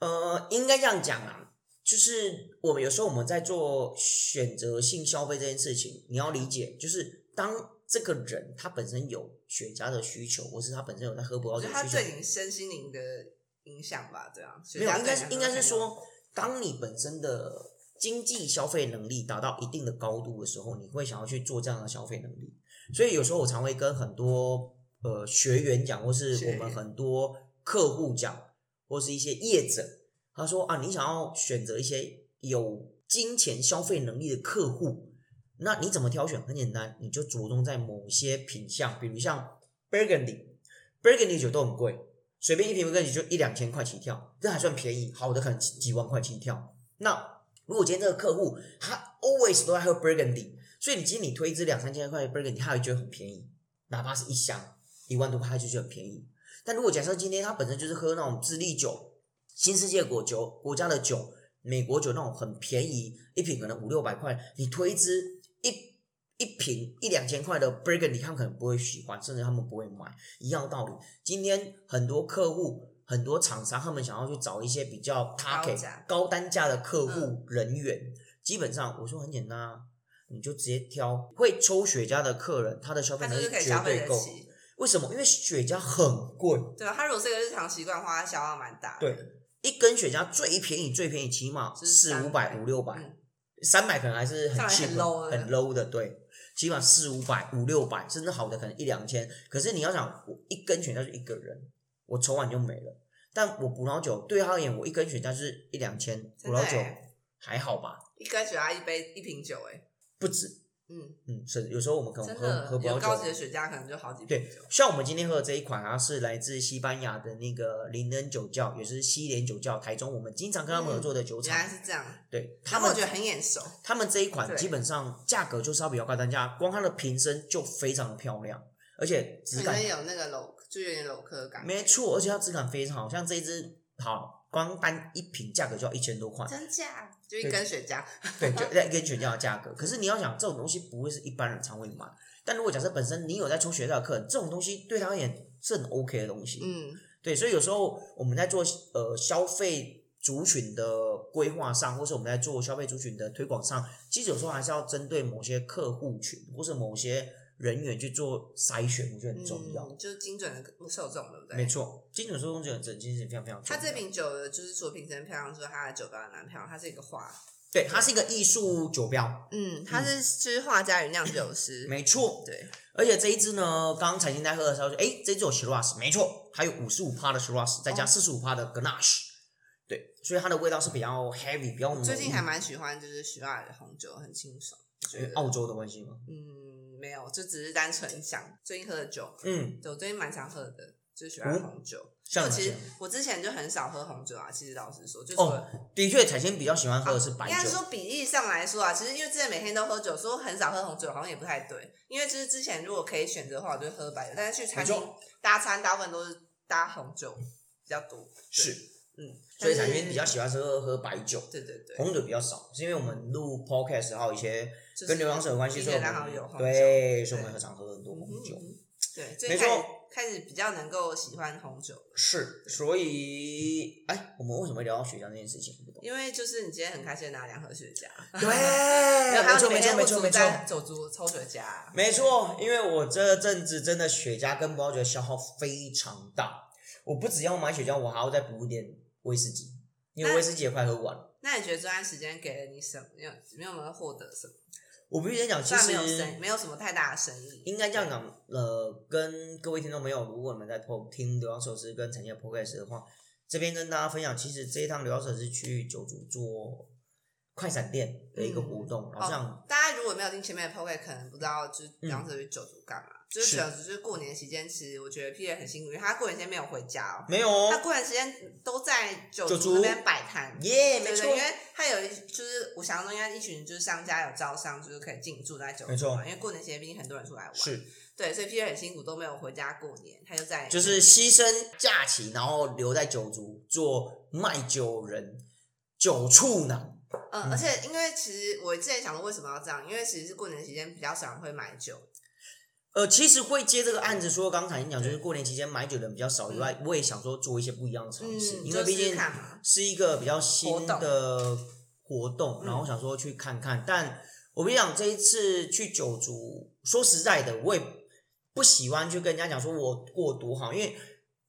B: 呃，应该这样讲啊，就是我们有时候我们在做选择性消费这件事情，你要理解，就是当这个人他本身有雪茄的需求，或是他本身有在喝葡
A: 我
B: 萄
A: 觉得
B: 酒的
A: 他
B: 需求，
A: 对你身心灵的影响吧，对啊。雪
B: 没有，
A: 茄
B: 应该
A: 对
B: 是
A: 你
B: 应该
A: 来
B: 是
A: 很有，
B: 说，当你本身的经济消费能力达到一定的高度的时候，你会想要去做这样的消费能力。所以有时候我常会跟很多呃学员讲，或是
A: 学
B: 我
A: 员
B: 们很多客户讲，或是一些业者，他说啊，你想要选择一些有金钱消费能力的客户，那你怎么挑选？很简单，你就着重在某些品相，比如像 Burgundy，Burgundy 酒都很贵，随便一瓶 Burgundy 就一两千块起跳，这还算便宜，好的可能几几万块起跳。那如果今天这个客户他 always 都在喝 Burgundy，所以你今天你推一支两三千块的 Burgundy，他会觉得很便宜，哪怕是一箱一万多块，他就觉得很便宜。但如果假设今天他本身就是喝那种智利酒、新世界果酒国家的酒、美国酒那种很便宜，一瓶可能五六百块，你推一支一一瓶一两千块的 Burgundy，他们可能不会喜欢，甚至他们不会买。一样道理，今天很多客户、很多厂商，他们想要去找一些比较 target
A: 价
B: 高单价的客户
A: 嗯
B: 人员，基本上我说很简单啊。你就直接挑会抽雪茄的客人，他的消费
A: 他
B: 能
A: 就是
B: 力
A: 可以
B: 绝
A: 消费
B: 对
A: 得
B: 够。
A: 起。
B: 为什么？因为雪茄很贵，
A: 对啊，他如果是一个日常习惯的话，他消耗蛮大的。
B: 对，一根雪茄最便宜最便宜，起码
A: 就是
B: 四五百
A: 300
B: 五六百
A: 嗯，
B: 三百可能还是很
A: 上来很
B: cheap 的
A: low 的
B: 很 low 的，对，起码四五百五六百，甚至好的可能一两千。可是你要想，我一根雪茄就一个人，我抽完就没了。但我葡萄酒对他而言，我一根雪茄就是一两千，葡
A: 真的
B: 萄酒
A: 欸
B: 还好吧，
A: 一根雪茄一杯一瓶酒，哎，
B: 不止，
A: 嗯，
B: 嗯，甚至有时候我们可能
A: 真
B: 喝喝
A: 的
B: 葡
A: 有
B: 萄
A: 高级
B: 酒
A: 的，雪茄可能就好几
B: 对
A: 瓶酒，，
B: 像我们今天喝的这一款啊，是来自西班牙的那个林恩酒窖，也是西莲酒窖，台中我们经常跟他们合作的酒
A: 嗯原
B: 厂。
A: 来是这样。
B: 对他
A: 然后
B: 们
A: 我觉得很眼熟，
B: 他们这一款
A: 对
B: 基本上价格就是要比较高单价，光它的瓶身就非常的漂亮，而且质
A: 本
B: 感
A: 身有那个镂，就有点镂刻感，
B: 没错，而且它质感非常好，像这一支好光单一瓶价格就要一千多块，
A: 真假？就一根雪茄，
B: 对，就在跟全家的价格。可是你要想，这种东西不会是一般人常会买，但如果假设本身你有在抽学校的课，这种东西对他而言是很 OK 的东西，
A: 嗯，
B: 对，所以有时候我们在做呃消费族群的规划上，或是我们在做消费族群的推广上，其实有时候还是要针对某些客户群或是某些人员去做筛选，我觉得很重要。
A: 嗯，就是精准的受众，对不对？
B: 没。错，精准受众者这件事情非常非常重
A: 它
B: 要。
A: 这瓶酒的就是除了瓶身漂亮之外，它的酒标也蛮漂亮，它是一个画，
B: 对，它是一个艺术酒标，
A: 嗯，它是就是画家与酿酒师，
B: 没错。
A: 对，
B: 而且这一支呢，刚刚彩青在喝的时候说，哎，这支有 Shiraz，没错，还有五十五趴的 Shiraz，再加
A: 哦
B: 四十五趴的 Ganache，、对，所以它的味道是比较 heavy，比较浓郁。
A: 最近还蛮喜欢就是徐爱的红酒，很清爽，觉
B: 因为
A: 得
B: 澳洲的关系吗？
A: 嗯没有，就只是单纯想最近喝的酒，
B: 嗯，
A: 对我最近蛮常喝的，就是喜欢
B: 嗯
A: 红酒。因
B: 像
A: 为
B: 哪
A: 其
B: 些
A: 实？我之前就很少喝红酒啊，其实老实说，就是我、啊
B: 哦，的确，彩仙比较喜欢喝的是白
A: 应该是
B: 酒。
A: 说比例上来说啊，其实因为之前每天都喝酒，说很少喝红酒好像也不太对。因为就是之前如果可以选择的话，我就喝白酒，但是去餐
B: 没
A: 厅
B: 错
A: 搭餐大部分都是搭红酒比较多。
B: 是，
A: 嗯，
B: 所以
A: 但
B: 彩
A: 是
B: 仙比较喜欢是喝喝白酒，
A: 对对对，
B: 红酒比较少，是因为我们录 podcast 还有一些
A: 就是
B: 跟流浪水有关系，
A: 一
B: 所以我
A: 些刚好有
B: 们
A: 红酒
B: 对，所以我们常喝很多
A: 嗯
B: 红酒。
A: 嗯对，最
B: 没
A: 开始
B: 错
A: 开始比较能够喜欢红酒了，
B: 是，所以哎，我们为什么会聊到血浆这件事情？不 懂。
A: 因为就是你今天很开心地拿两盒雪茄，
B: 对，
A: 还
B: 没
A: 有
B: 错，
A: 你每
B: 没错，
A: 天
B: 没
A: 不
B: 错，
A: 足
B: 没错，
A: 在走足抽雪茄啊，
B: 没错，因为我这阵子真的雪茄跟葡萄酒的消耗非常大，我不只要买雪茄，我还要再补一点威士忌，因为
A: 那
B: 威士忌也快喝完了。
A: 那你觉得这段时间给了你什么？有没有没有获得什么？
B: 我必须先讲，其
A: 虽然没
B: 实
A: 有生，没有什么太大的生意，
B: 应该这样讲，呃，跟各位听众朋友，如果你们在偷听流浪手师跟产业 podcast 的话，这边跟大家分享，其实这一趟流浪手师去九族做快闪店的一
A: 嗯
B: 个活动，好像
A: 大家如果没有听前面的 p o c a 可能不知道就是
B: 嗯
A: 当时去九族干嘛。就是
B: 是
A: 九族就是过年期间，其实我觉得 P 人很辛苦，因为他过年期间没有回家哦，
B: 没有
A: 他
B: 哦，
A: 过年期间都在九
B: 九
A: 族
B: 族
A: 那边摆摊。对
B: 耶、没
A: 对
B: 错
A: 对，因，为他有一就是我想象中应该一群就是商家有招商，就是可以进驻在九
B: 没
A: 族
B: 错
A: 嘛，因为过年期间毕竟很多人出来玩，
B: 是
A: 对，所以 P 人很辛苦都没有回家过年，他就在
B: 就是牺牲假期，然后留在九族做卖酒人、酒处男，
A: 嗯，而且因为其实我之前想说为什么要这样，因为其实是过年期间比较少人会买酒，
B: 呃，其实会接这个案子说，刚才你讲就是过年期间买酒的人比较少以外，我也想说做一些不一样的尝
A: 嗯，
B: 试，因
A: 就
B: 为毕
A: 试试
B: 竟
A: 看嘛，
B: 是一个比较新的活动，
A: 嗯
B: 然后想说去看看。但我跟你讲，这一次去九族，说实在的，我也不喜欢去跟人家讲说我过多好，因为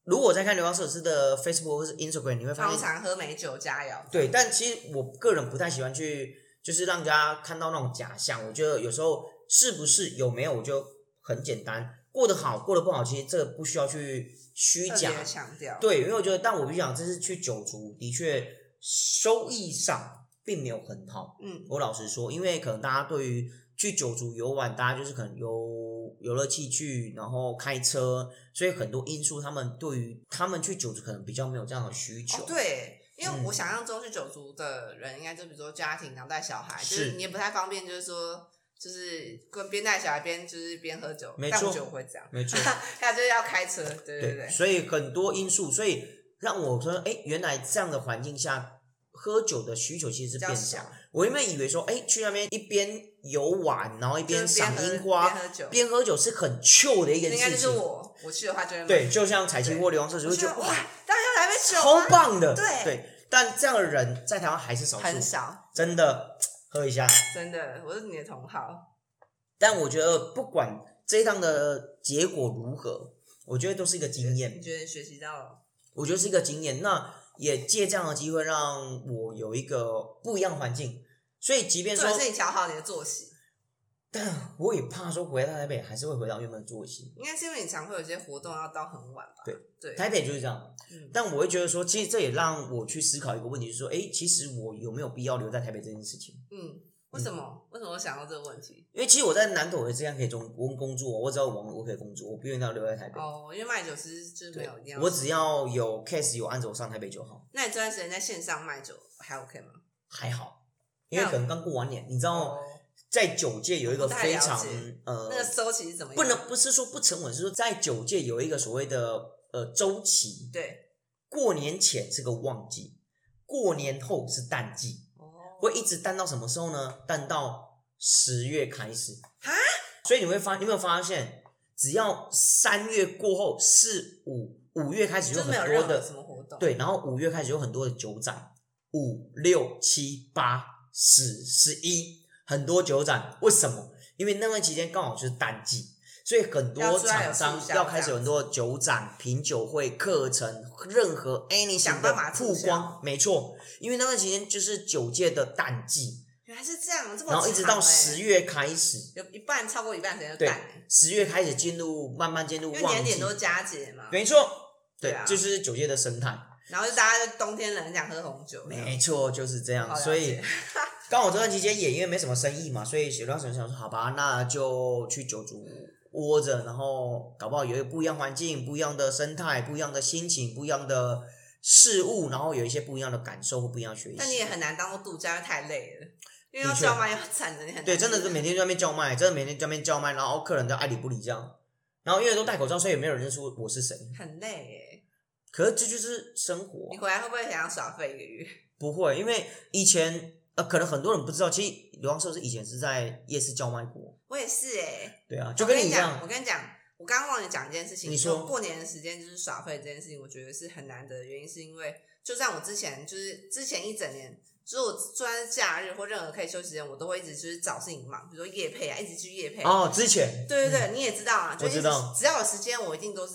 B: 如果在看流浪摄影师的 Facebook 或是 Instagram，你会发
A: 通
B: 现，
A: 常喝美酒佳肴，
B: 对。但其实我个人不太喜欢去，就是让人家看到那种假象。我觉得有时候是不是有没有，我就很简单，过得好，过得不好，其实这个不需要去虚
A: 特
B: 假
A: 别强调，
B: 对，因为我觉得，但我必须讲，这次去九族的确收益上并没有很好。
A: 嗯，
B: 我老实说，因为可能大家对于去九族游玩，大家就是可能有游乐器具，然后开车，所以很多因素，他们对于他们去九族可能比较没有这样的需求。
A: 哦对。因为
B: 嗯
A: 我想象中去九族的人，应该就比如说家庭，然后带小孩，就是是你也不太方便，就是说，就是跟边带小孩边就是边喝酒，
B: 没
A: 但我
B: 错
A: 觉得我会这样，
B: 没错，
A: 还有就是要开车，对对对，
B: 所以很多因素，所以让我说，哎，原来这样的环境下，喝酒的需求其
A: 比
B: 实是
A: 较
B: 变少。
A: 小，
B: 我原本以为说，哎，去那边一边游玩，然后一
A: 就
B: 边
A: 是边
B: 赏
A: 喝
B: 樱花，
A: 边喝酒，
B: 边喝酒是很 chill 的一件
A: 应该就
B: 事
A: 是
B: 情。
A: 我，我去的话就会买，
B: 对，就像彩青或流浪社只
A: 我
B: 会
A: 去
B: 觉
A: 的
B: 得
A: 话，哇
B: 哇，，
A: 当然要来杯酒啊，
B: 超棒的。
A: 对
B: 但这样的人在台湾还是少
A: 很
B: 数，
A: 少，
B: 真的喝一下。
A: 真的，我是你的同好。
B: 但我觉得不管这一趟的结果如何，我觉得都是一个经验，
A: 你觉得你学习到了？
B: 我觉得是一个经验。那也借这样的机会让我有一个不一样的环境，所以即便
A: 重
B: 说
A: 点是你调好你的作息，
B: 我也怕说回到台北还是会回到原本的作息，
A: 应该是因为你常会有一些活动要到很晚吧？
B: 对
A: 对，
B: 台北就是这样。
A: 嗯
B: 但我会觉得说，其实这也让我去思考一个问题，就是说，哎，其实我有没有必要留在台北这件事情？
A: 嗯，为什么？为什么我想到这个问题？
B: 因为其实我在南投也这样可以中工工作，我只要有网络我可以工作，我不用一定要留在台北。
A: 哦，因为卖酒其实就是没
B: 对
A: 有一定要，。
B: 我只要有 case 有案子，我上台北就好，
A: 那你这段时间在线上卖酒还 OK 吗？
B: 还好。因为可能刚过完年，你知道，
A: 哦，
B: 在酒界有一个
A: 不太了
B: 非
A: 解
B: 常呃
A: 那，个收起是怎么样？
B: 不能不是说不成文，是说在酒界有一个所谓的呃周期，
A: 对
B: 过年前是个旺季，过年后是淡季。
A: 哦，
B: 会一直淡到什么时候呢？淡到十月开始
A: 啊！
B: 所以你会发，你有没有发现，只要三月过后，四五五月开始
A: 就
B: 有
A: 是
B: 很
A: 没有
B: 多
A: 任何什
B: 的
A: 么活动。，
B: 对，然后五月开始有很多的酒展，五六七八十十一很多酒展，为什么？因为那段期间刚好就是淡季。所以很
A: 要
B: 多
A: 出来有
B: 厂商
A: 促销
B: 要开始有很多的酒展、品酒会、课程，任何 any
A: 想
B: 想的
A: 办法促
B: 曝
A: 销
B: 光，没错，因为那段期间就是酒界的淡季，
A: 原来是这样，这么
B: 然后一直到
A: 长欸
B: 十，月开始，
A: 有一半超过一半时间就
B: 对
A: 淡欸，
B: 十月开始进入慢慢进入
A: 因为
B: 旺
A: 年
B: 季
A: 底，都佳节嘛，
B: 没错，
A: 对
B: 对
A: 啊，
B: 这就是酒界的生态，
A: 然后就大家就冬天冷想喝红酒，
B: 没错，就是这
A: 啊好了
B: 样。
A: 解
B: 所 以刚好这段期间也因为没什么生意嘛，所以有段时间想说，好吧，那就去酒族窝着，然后搞不好有一个不一样环境、不一样的生态、不一样的心情、不一样的事物，然后有一些不一样的感受或不一样的学习。
A: 但你也很难当做度假，因为太累了，因为要
B: 的确
A: 叫卖要产能，你很难
B: 对，真的是每天就在那边叫卖，真的每天就在那边叫卖，然后客人都爱理不理这样。然后因为都戴口罩，所以也没有人认出我是谁。
A: 很累耶。
B: 可是这就是生活
A: 你，回来会不会想要耍废一个月？
B: 不会，因为以前呃，可能很多人不知道，其实流浪兽是以前是在夜市叫卖过。
A: 我也是哎。
B: 对 啊，就跟
A: 你
B: 一
A: 讲，
B: 样
A: 我。跟你讲，我刚刚忘了讲一件事情。
B: 你说
A: 就过年的时间就是耍废这件事情，我觉得是很难得的原因，是因为就像我之前就是之前一整年，就是我就算是假日或任何可以休息时间，我都会一直就是找事情忙，比如说夜配啊，一直去夜配。
B: 哦，之前
A: 对对对，你也知道啊，就
B: 我
A: 一直
B: 知道
A: 只要有时间，我一定都是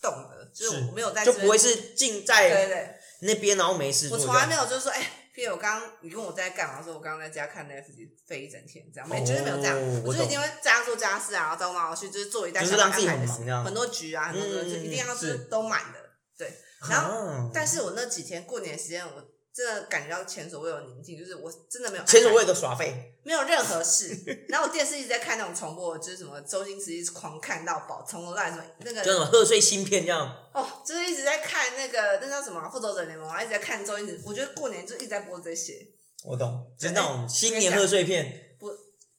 A: 动的，就是
B: 是
A: 我没有在
B: 就
A: 这边
B: 不会是静
A: 对对
B: 在
A: 对。
B: 那边，然后没事
A: 我
B: 做这
A: 从来
B: 样。
A: 没有就是说，哎、譬如我刚刚你问我在干嘛的时候，我刚刚在家看 Netflix 飞一整天，这样没、
B: 哦
A: 绝对没有这样，就
B: 我懂
A: 是一定会在家做家事啊，然后到妈妈去就是做一袋
B: 就
A: 小
B: 是
A: 孩
B: 让自
A: 安
B: 己
A: 排
B: 很
A: 的
B: 忙
A: 事
B: 这样
A: 很多局啊，很多
B: 嗯嗯
A: 就一定要就是
B: 是啊
A: 都满的。然后
B: 后
A: 但是我那几天过年时间，我真的感觉到前所未有的宁静，就是我真的没有安排
B: 前所未有的耍废，
A: 没有任何事。然后我电视一直在看那种重播，就是什么周星驰一直狂看到饱，从头到尾什么那个
B: 叫什么贺岁新片这样。
A: 哦，就是一直在看那个那叫什么啊《复仇者联盟》啊，一直在看周星驰。我觉得过年就一直在播这些。
B: 我懂，就是
A: 哎
B: 那种新年贺岁片，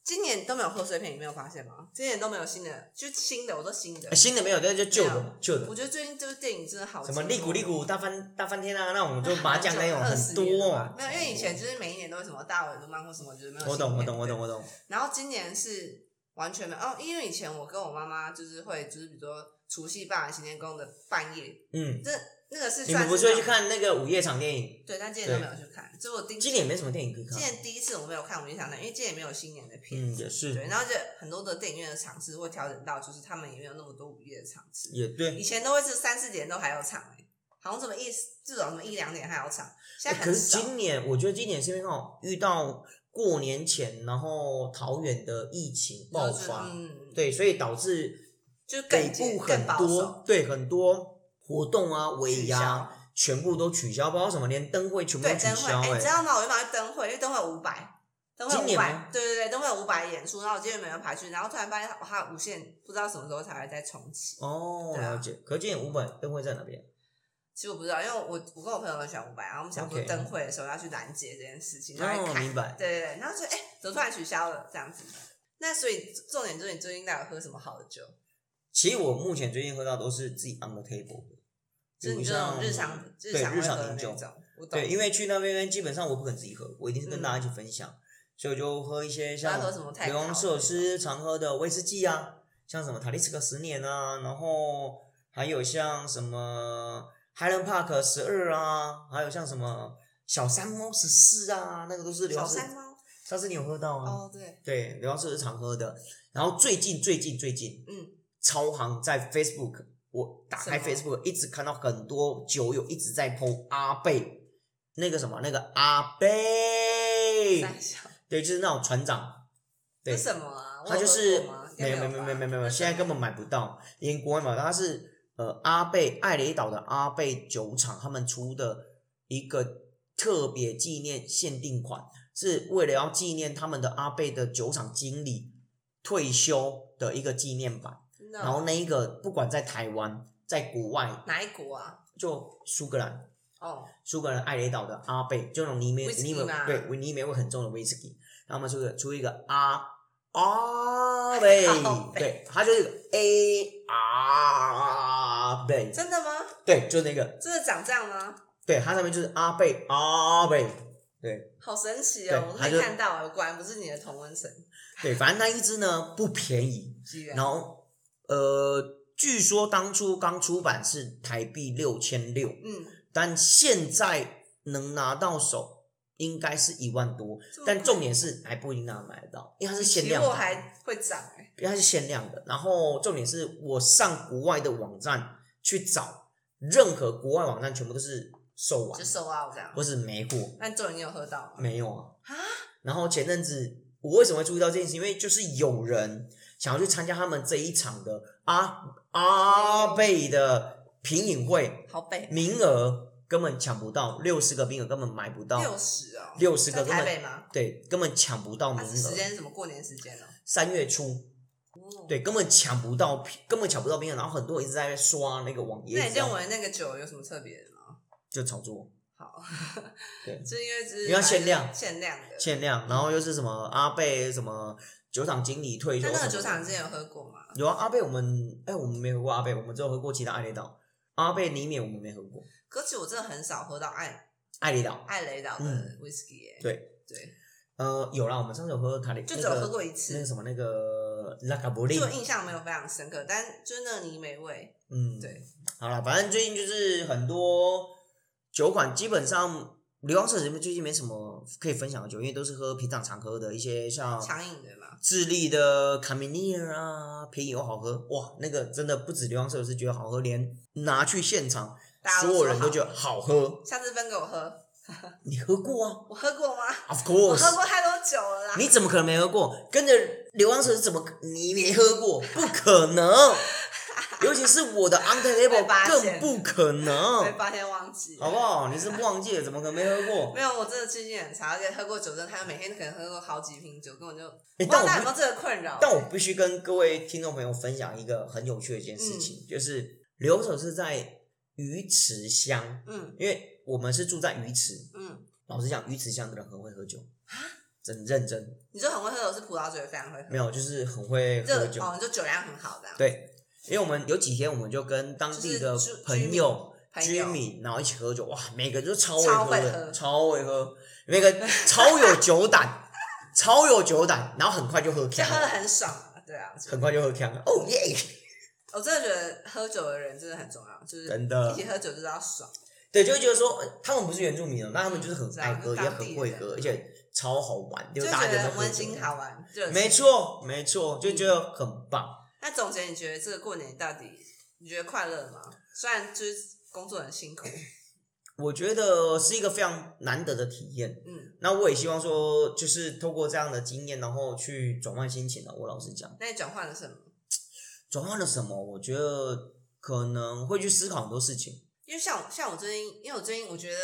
A: 今年都没有贺岁片，你没有发现吗？今年都没有新的，就新的，我说新的
B: 哎。新的没有，但是就旧
A: 没
B: 的旧的，
A: 我觉得最近就是电影真的好哦
B: 什么利古利古大翻大翻天啊，那种就麻 将那
A: 20
B: 种很
A: 年了
B: 多
A: 吧
B: 哦。
A: 没有，因为以前就是每一年都有什么大尾动漫或什么，就是没有。
B: 我懂，我懂，我懂，。我懂。
A: 然后今年是完全没有哦，因为以前我跟我妈妈就是会，就是比如说除夕办完行天宫的半夜，
B: 嗯，
A: 这那个是
B: 你
A: 算是
B: 们不是会去
A: 那种？
B: 看那个午夜场电影？
A: 对，但今年都没有去看，这是我第
B: 今年没什么电影可以
A: 今
B: 看。
A: 年第一次我没有看，我就想看，因为今年没有新年的片。
B: 嗯，也
A: 对，
B: 是，
A: 然后就很多的电影院的场次会调整到，就是他们也没有那么多午夜的场次，
B: 也对。
A: 以前都会是三四点都还有场、欸、好像什么一至少什么一两点还有场，现在
B: 哎可
A: 很
B: 是
A: 少。
B: 今年，我觉得今年是因为刚好遇到过年前，然后桃园的疫情爆
A: 就是
B: 发，
A: 嗯，，
B: 对，所以导致
A: 就更
B: 北
A: 节
B: 部
A: 更
B: 很
A: 保守，
B: 多对很多活动啊、尾
A: 取消
B: 牙全部都取消，不知道为什么，连灯会全部都
A: 对
B: 取
A: 灯会，
B: 消、
A: 哎、
B: 欸。
A: 你知道吗？我原本要灯会，因为灯会五百，灯会
B: 今
A: 五
B: 年
A: 百
B: 吗，
A: 对对对，灯会五百演出，然后我今天没有排去，然后突然发现它它无限不知道什么时候才会再重启。
B: 哦，
A: 对啊
B: 了解。可是今年五本灯会在哪边？
A: 其实我不知道，因为我我跟我朋友很喜欢五百，然后我们想说
B: OK
A: 灯会的时候要去拦截这件事情，然后
B: 哦，
A: 看。
B: 明白。
A: 对对对，然后就哎、怎么突然取消了这样子？那所以重点就是你最近到底喝什么好的酒？
B: 其实我目前最近喝到都是自己 on the table 的，
A: 就是你
B: 比
A: 这
B: 如像
A: 种日常
B: 对
A: 常会
B: 日
A: 喝
B: 常
A: 的那
B: 饮酒
A: 种，我懂。
B: 对，因为去那边基本上我不可能自己喝，我一定是
A: 嗯
B: 跟大家一起分享，所以我就喝一些
A: 那
B: 像
A: 喝什么太
B: 流
A: 好
B: 浪
A: 了
B: 设施常喝的威士忌啊，像什么塔利斯克十年啊，然后还有像什么 Highland Park 十二啊，还有像什么小山猫十四啊，那个都是流
A: 小
B: 浪设
A: 山猫
B: 上次你有喝到啊？
A: 哦，对，
B: 对，流浪设施常喝的。然后最近最近最近，
A: 嗯，
B: 超行在 Facebook，我打开
A: 什么
B: Facebook 一直看到很多酒友一直在 PO 阿贝，那个什么那个阿贝，
A: 三小
B: 对，就是那种船长，对
A: 这，什么啊？我
B: 他
A: 有
B: 就
A: 喝
B: 是
A: 过吗应该
B: 没有没有没
A: 吧
B: 有没有没有没有，
A: 那
B: 现在
A: 什
B: 根
A: 么
B: 本买不到，连国外买不到，它是呃阿贝艾雷岛的阿贝酒厂他们出的一个特别纪念限定款，是为了要纪念他们的阿贝的酒厂经理退休的一个纪念版。
A: 真的哦
B: 然后那一个不管在台湾，在国外，
A: 哪一国啊？
B: 就苏格兰，
A: 哦，
B: 苏格兰艾雷岛的阿贝，就那种泥煤
A: Whisky
B: 泥煤
A: 嘛
B: 对泥煤味很重的 whisky，然后他们出个出一个阿阿贝
A: 阿，贝
B: 对，它就是一个 A 阿贝，
A: 真的吗？
B: 对，就那个，
A: 真的长这样吗？
B: 对，它上面就是阿贝阿贝，
A: 好神奇
B: 对
A: 哦！我
B: 他
A: 没
B: 就
A: 看到，果然不是你的同温层，
B: 对，反正那一只呢不便宜，
A: 居
B: 然后呃，据说当初刚出版是台币六千六，
A: 嗯，
B: 但现在能拿到手应该是一万多，
A: 这么
B: 但
A: 贵
B: 重点是还不一定拿买得到，因为它是限
A: 期
B: 量
A: 货
B: 版，
A: 还会涨哎，
B: 因为它是限量的。然后重点是我上国外的网站去找，任何国外网站全部都是售完
A: 就，收到这样。
B: 或是没货，
A: 那重点你有喝到吗？
B: 没有啊。
A: 啊，
B: 然后前阵子我为什么会注意到这件事？因为就是有人想要去参加他们这一场的阿阿贝的品饮会，
A: 好北
B: 名额根本抢不到，六十个名额根本买不到，
A: 六十哦，
B: 六十个
A: 在
B: 根
A: 台北
B: 本
A: 吗？啊
B: 对根本抢不到名
A: 它是时
B: 额。
A: 间是什么？过年时间哦。
B: 三月初，
A: 哦，
B: 对，根本抢不到片，根本抢不到片，然后很多人一直在刷那个网页，
A: 那你
B: 这样
A: 认为那个酒有什么特别的吗？
B: 就炒作
A: 好，
B: 对
A: 是因为只是
B: 因为它限量
A: 限量的。
B: 限量，然后又是什么阿贝什么酒厂经理退休
A: 那那
B: 什么的，
A: 个酒厂之前有喝过吗？
B: 有啊，阿贝我们哎、我们没喝过阿贝，我们只有喝过其他爱雷岛，阿贝里面我们没喝过，
A: 可是我真的很少喝到爱
B: 爱雷岛
A: 爱雷岛的
B: 嗯
A: whisky 耶、
B: 对
A: 对，
B: 呃有啦，我们上次有喝塔雷，
A: 就
B: 那
A: 只有
B: 个
A: 喝过一
B: 那个
A: 次，
B: 什么那个拉卡伯利
A: 这，个印象没有非常深刻，但就是那个泥煤味，
B: 嗯，
A: 对，
B: 好了，反正最近就是很多酒款基本上。流浪社里面最近没什么可以分享的酒，因为都是喝平常常喝的一些像
A: 强硬的嘛。
B: 智利的卡米尼尔啊，便宜又好喝，哇，那个真的不止流浪社是觉得好喝，连拿去现场，
A: 大家
B: 所
A: 都
B: 有
A: 说
B: 人都
A: 好
B: 觉得好喝。
A: 下次分给我喝，
B: 你喝过啊
A: 我喝过吗？
B: ？Of
A: 我喝
B: course，
A: 过太多酒了啦。
B: 你怎么可能没喝过？跟着流浪社怎么可你没喝 过？不可能！尤其是我的 Under
A: 被发
B: Table 更
A: 现
B: 不可
A: 被
B: 能，
A: 发现忘记？
B: 好不好？你是忘记了，怎么可能没喝过？
A: 没有，我真的记性很差，而且喝过酒真的，他每天可能喝过好几瓶酒，根本就。不知
B: 诶哎但
A: 道
B: 我
A: 大家
B: 不
A: 有没有这个困扰？
B: 但我必须跟各位听众朋友分享一个很有趣的一件事情，
A: 嗯
B: 就是留守是在鱼池乡，
A: 嗯
B: 因为我们是住在鱼池。
A: 嗯，
B: 老实讲，鱼池乡的人很会喝酒，
A: 啊
B: 真认真，
A: 你说很会喝酒是葡萄酒也非常会喝，
B: 没有就是很会喝
A: 这
B: 酒。
A: 哦你就酒量很好这样。
B: 对，因为我们有几天我们就跟当地的
A: 就是居
B: 朋友。
A: 朋
B: 居
A: 友
B: 民，然后一起喝酒，哇，每个人都超会
A: 超
B: 喝
A: 会
B: 的，
A: 喝
B: 超会喝，每 个人超有酒胆，超有酒胆，然后很快就喝
A: 就
B: 呛
A: 喝的
B: 了，
A: 很爽啊，对啊，
B: 很快就喝呛了，哦耶！
A: 我真的觉得喝酒的人真的很重要，就是
B: 真的
A: 一起喝酒就是要爽，
B: 对，就会觉得说呃他们不是原住民哦，那他们就是很爱喝，
A: 是
B: 也
A: 啊
B: 很会喝，而且超好玩，就
A: 就
B: 大
A: 觉
B: 家都
A: 得
B: 在
A: 很
B: 喝
A: 温
B: 酒
A: 馨。好嗯玩。热情
B: 没。错，没错，就觉得很棒。
A: 那总结，你觉得这个过年到底你觉得快乐吗？虽然就是工作很辛苦，
B: 我觉得是一个非常难得的体验。
A: 嗯，
B: 那我也希望说，就是透过这样的经验，然后去转换心情了。我老实讲，
A: 那你转换了什么？
B: 转换了什么？我觉得可能会去思考很多事情。
A: 因为像我像我最近，因为我最近我觉得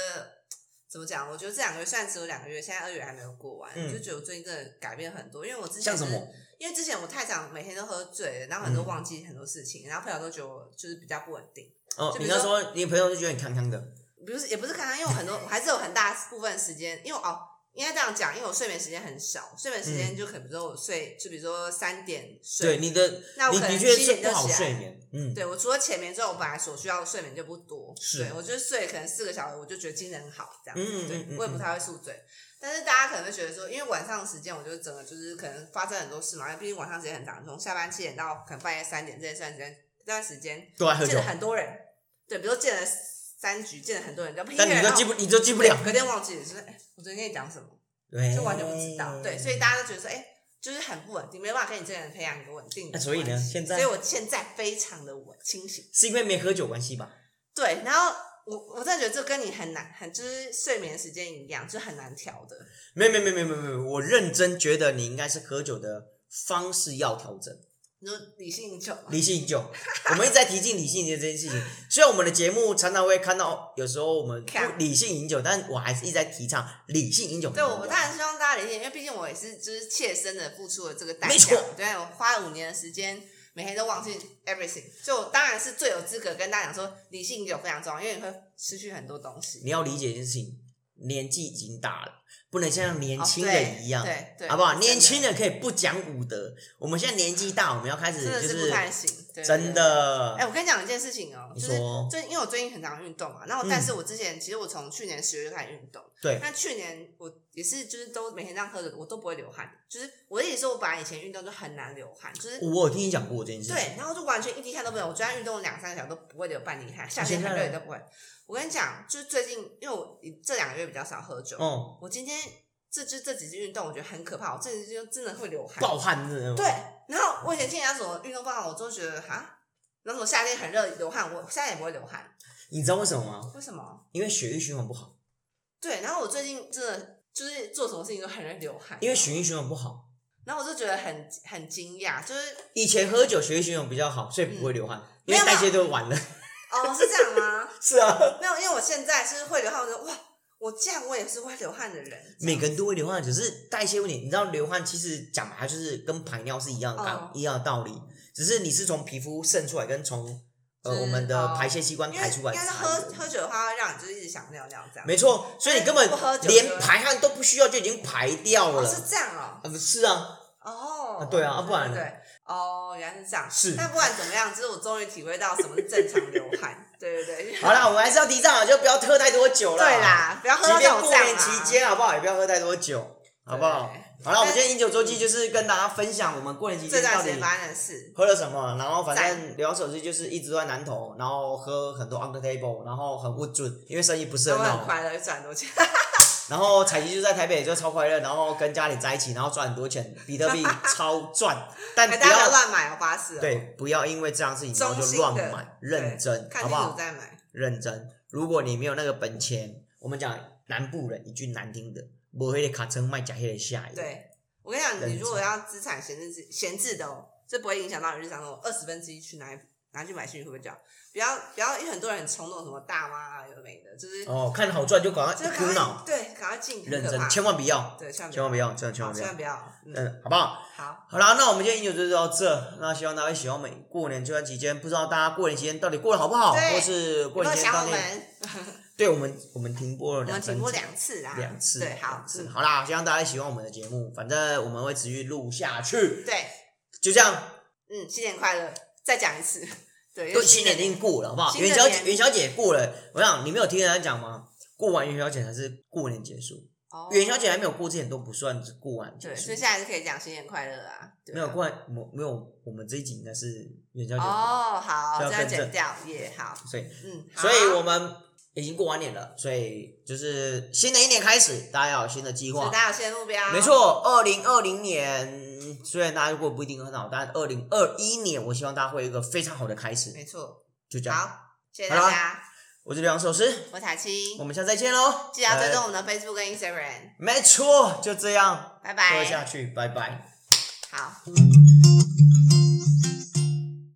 A: 怎么讲，我觉得这两个月虽然只有两个月，现在二月还没有过完，
B: 嗯
A: 我就觉得我最近真的改变很多。因为我之前
B: 像什
A: 是
B: 么？嗯
A: 因为之前我太常每天都喝醉了，然后很多忘记很多事情，然后朋友都觉得我就是比较不稳定，
B: 哦，
A: 就
B: 你
A: 比如
B: 那时候你朋友就觉得你康康的，
A: 不是也不是看他，因为我很多我还是有很大部分时间，因为我哦应该这样讲，因为我睡眠时间很少，睡眠时间就可能比如说我睡就比如说三点
B: 嗯对
A: 睡，
B: 你的，
A: 那我
B: 你
A: 可能
B: 的确
A: 七
B: 是
A: 点
B: 不
A: 就
B: 好
A: 起
B: 睡
A: 来。
B: 眠。嗯，
A: 对我除了浅眠之后，我本来所需要的睡眠就不多，
B: 是
A: 对我就睡可能四个小时，我就觉得精神很好这样子，
B: 嗯嗯
A: 对
B: 嗯嗯
A: 我也不太会宿醉。但是大家可能会觉得说，因为晚上时间，我就整个就是可能发生很多事嘛，因为毕竟晚上时间很长，从下班七点到可能半夜三点这段时间，这段时间
B: 都爱喝
A: 见
B: 酒
A: 了，很多人，对，比如说见了三局，见了很多人，叫
B: 但你都记不，你都记不了。
A: 隔天忘记了，就是哎、我昨天跟你讲什么，
B: 对，
A: 就完全不知道。对，所以大家都觉得说，哎、就是很不稳定，没办法跟你这个人培养一个稳定的关
B: 那
A: 系、
B: 所以呢现在
A: 所以我现在非常的稳清醒。
B: 是因为没喝酒关系吧？
A: 对，然后我我真的觉得这跟你很难，很就是睡眠时间一样，就很难调的。
B: 没有没有没有没有没有没有，我认真觉得你应该是喝酒的方式要调整，
A: 你说理性饮酒吗？
B: 理性饮酒。我们一直在提进理性饮酒这件事 情，虽然我们的节目常常会看到，有时候我们不
A: 看
B: 理性饮酒，但我还是一直在提倡理性饮酒。
A: 对，我我当然希望大家理解，因为毕竟我也是就是切身的付出了这个代
B: 没
A: 价
B: 错。
A: 对，我花了五年的时间，每天都忘记 everything，所以我当然是最有资格跟大家讲说，理性饮酒非常重要，因为你会失去很多东西。
B: 你要理解一件事情，年纪已经大了，不能像年
A: 哦
B: 轻
A: 对
B: 人一样。
A: 对对，
B: 好不好？
A: 真的
B: 年轻人可以不讲武德，我们现在年纪大，我们要开始
A: 真的
B: 就是
A: 不太行，对对
B: 真。的
A: 对哎、我跟你讲一件事情哦、
B: 你
A: 就
B: 说嗯
A: 是最因为我最近很常运动嘛，然后但是我之前、其实我从去年十月就开始运动，
B: 对
A: 那去年我也是就是都每天这样喝着，我都不会流汗，就是我的意思是我本来以前运动就很难流汗，就是
B: 我有听你讲过这件事情。
A: 对，然后就完全一滴汗都没有。我昨天运动两三个小时都不会流半滴汗，夏天很热也都不会。我跟你讲，就是最近，因为我这两个月比较少喝酒，
B: 哦，
A: 我今天这就这几次运动，我觉得很可怕，我这几次就真的会流汗。
B: 暴汗是那种
A: 对，然后我以前听人家说运动不好，我就觉得哈，然后我夏天很热流汗，我现在也不会流汗，
B: 你知道为什么吗？
A: 为什么？
B: 因为血液循环不好，
A: 对，然后我最近真的就是做什么事情都很容易流汗，
B: 因为血液循环不好。
A: 然后我就觉得很很惊讶，就是
B: 以前喝酒血液循环比较好，所以不
A: 嗯
B: 会流汗，因为代谢都完了。
A: 哦是这样吗？
B: 是啊，
A: 没有，因为我现在是会流汗，我就哇，我这样我也是会流汗的人，
B: 每个人都会流汗，只是代谢问题。你知道流汗其实讲白，它就是跟排尿是一样的道、
A: 哦
B: 一样的道理，只是你是从皮肤渗出来，跟从呃
A: 是
B: 我们的
A: 哦
B: 排泄器官
A: 因为
B: 排出
A: 应
B: 来
A: 该是
B: 差
A: 喝
B: 异的。
A: 喝酒的话，会让你就是一直想尿尿这样。
B: 没错，所以你根本
A: 不喝酒就
B: 连
A: 会
B: 排汗都不需要，就已经排掉
A: 哦，
B: 了。
A: 是这样哦。
B: 啊，不是啊，啊
A: 哦，
B: 对啊啊不然呢
A: 对对哦，原来是这样。
B: 是
A: 但不管怎么样，就是我终于体会到什么是正常流汗。对对对，
B: 好啦，我们还是要提倡，啊就不要喝太多酒了。
A: 对，啦，不要喝
B: 即
A: 到啊
B: 便
A: 像我
B: 过
A: 这样
B: 年
A: 啦
B: 期，间好不好，也不要喝太多酒，好不好？好了，我们今天饮酒周记就是跟大家分享我们过年期
A: 这
B: 间
A: 段
B: 到
A: 时
B: 底
A: 间发生的事。
B: 喝了什么，然后反正
A: 赞
B: 聊手机就是一直都在南投，然后喝很多 on the table，然后很不准，因为生意不是
A: 我
B: 很
A: 很
B: 好。
A: 快乐，赚很多钱。
B: 然后彩琪就在台北就超快乐，然后跟家里在一起，然后赚很多钱，比特币超赚，但
A: 哎
B: 不
A: 大家不要
B: 要
A: 乱买哦，巴士哦。
B: 对，不要因为这样事情然后
A: 中
B: 就
A: 性
B: 乱
A: 的
B: 买，认真
A: 看
B: 好不
A: 清楚
B: 好？
A: 再买。
B: 认真。如果你没有那个本钱，我们讲南部人一句难听的，我会卡车卖假黑的下雨。，
A: 对，我跟你讲，
B: 认
A: 你如果要资产闲置闲置的哦，这不会影响到你日常生活。二十分之一去拿拿去买新衣服比较好，不要不要，因为很多人很冲动，什么大妈啊，有的没的，就是、
B: 哦，看好赚就赶
A: 就是
B: 快一股
A: 赶快
B: 脑，
A: 对，赶快进，很
B: 认
A: 可
B: 真，
A: 怕。
B: 千万不要，
A: 对，千万
B: 千万不要，真的千
A: 好
B: 万不
A: 千
B: 要
A: 万，不要。嗯，
B: 嗯，好不好？
A: 好，
B: 好啦，那我们今天饮酒就到这。那希望大家会喜欢我们过年这段期间，不知道大家过年期间到底过得好不好，
A: 对
B: 或是
A: 有
B: 过
A: 没有
B: 年期间
A: 想
B: 到
A: 我
B: 底，
A: 们？
B: 对我们我们停播了
A: 我
B: 两
A: 们停
B: 三
A: 播
B: 集
A: 两次啊啦，
B: 两次，
A: 对，好
B: 两，次
A: 嗯，
B: 好啦，希望大家喜欢我们的节目，反正我们会持续录下去，
A: 对，
B: 就这样。
A: 嗯，新年快乐，再讲一次， 对，因
B: 都
A: 为
B: 新年已经过了，好不好？
A: 新的
B: 元
A: 年
B: 宵节，元宵节过了，我想你没有听人家讲吗？过完元宵节才是过年结束，
A: 哦
B: 元宵节还没有过之前都不算是过完结
A: 对，所以
B: 束。
A: 现在是可以讲新年快乐啊，对啊
B: 没有过完，我没有，我们这一集应该是元宵节，
A: 哦，好，
B: 就要
A: 这样
B: 更正
A: 剪掉也好，
B: 所以
A: 嗯，好
B: 所以我们已经过完年了，所以就是新的一年开始，大家要有新的计
A: 所
B: 划
A: 以。大家有新的目标，
B: 没，错，二零二零年虽然大家过得不一定很好，但二零二一年我希望大家会有一个非常好的开始。
A: 没错，
B: 就这样，
A: 好，谢谢
B: 好
A: 大家，
B: 我是梁首诗，
A: 我彩七
B: 我，们下次再见喽！
A: 记得要追
B: 拜
A: 踪我们的 Facebook 跟 Instagram，
B: 没错，就这样
A: 拜
B: 喝下
A: 拜，
B: 去，拜拜。
A: 好。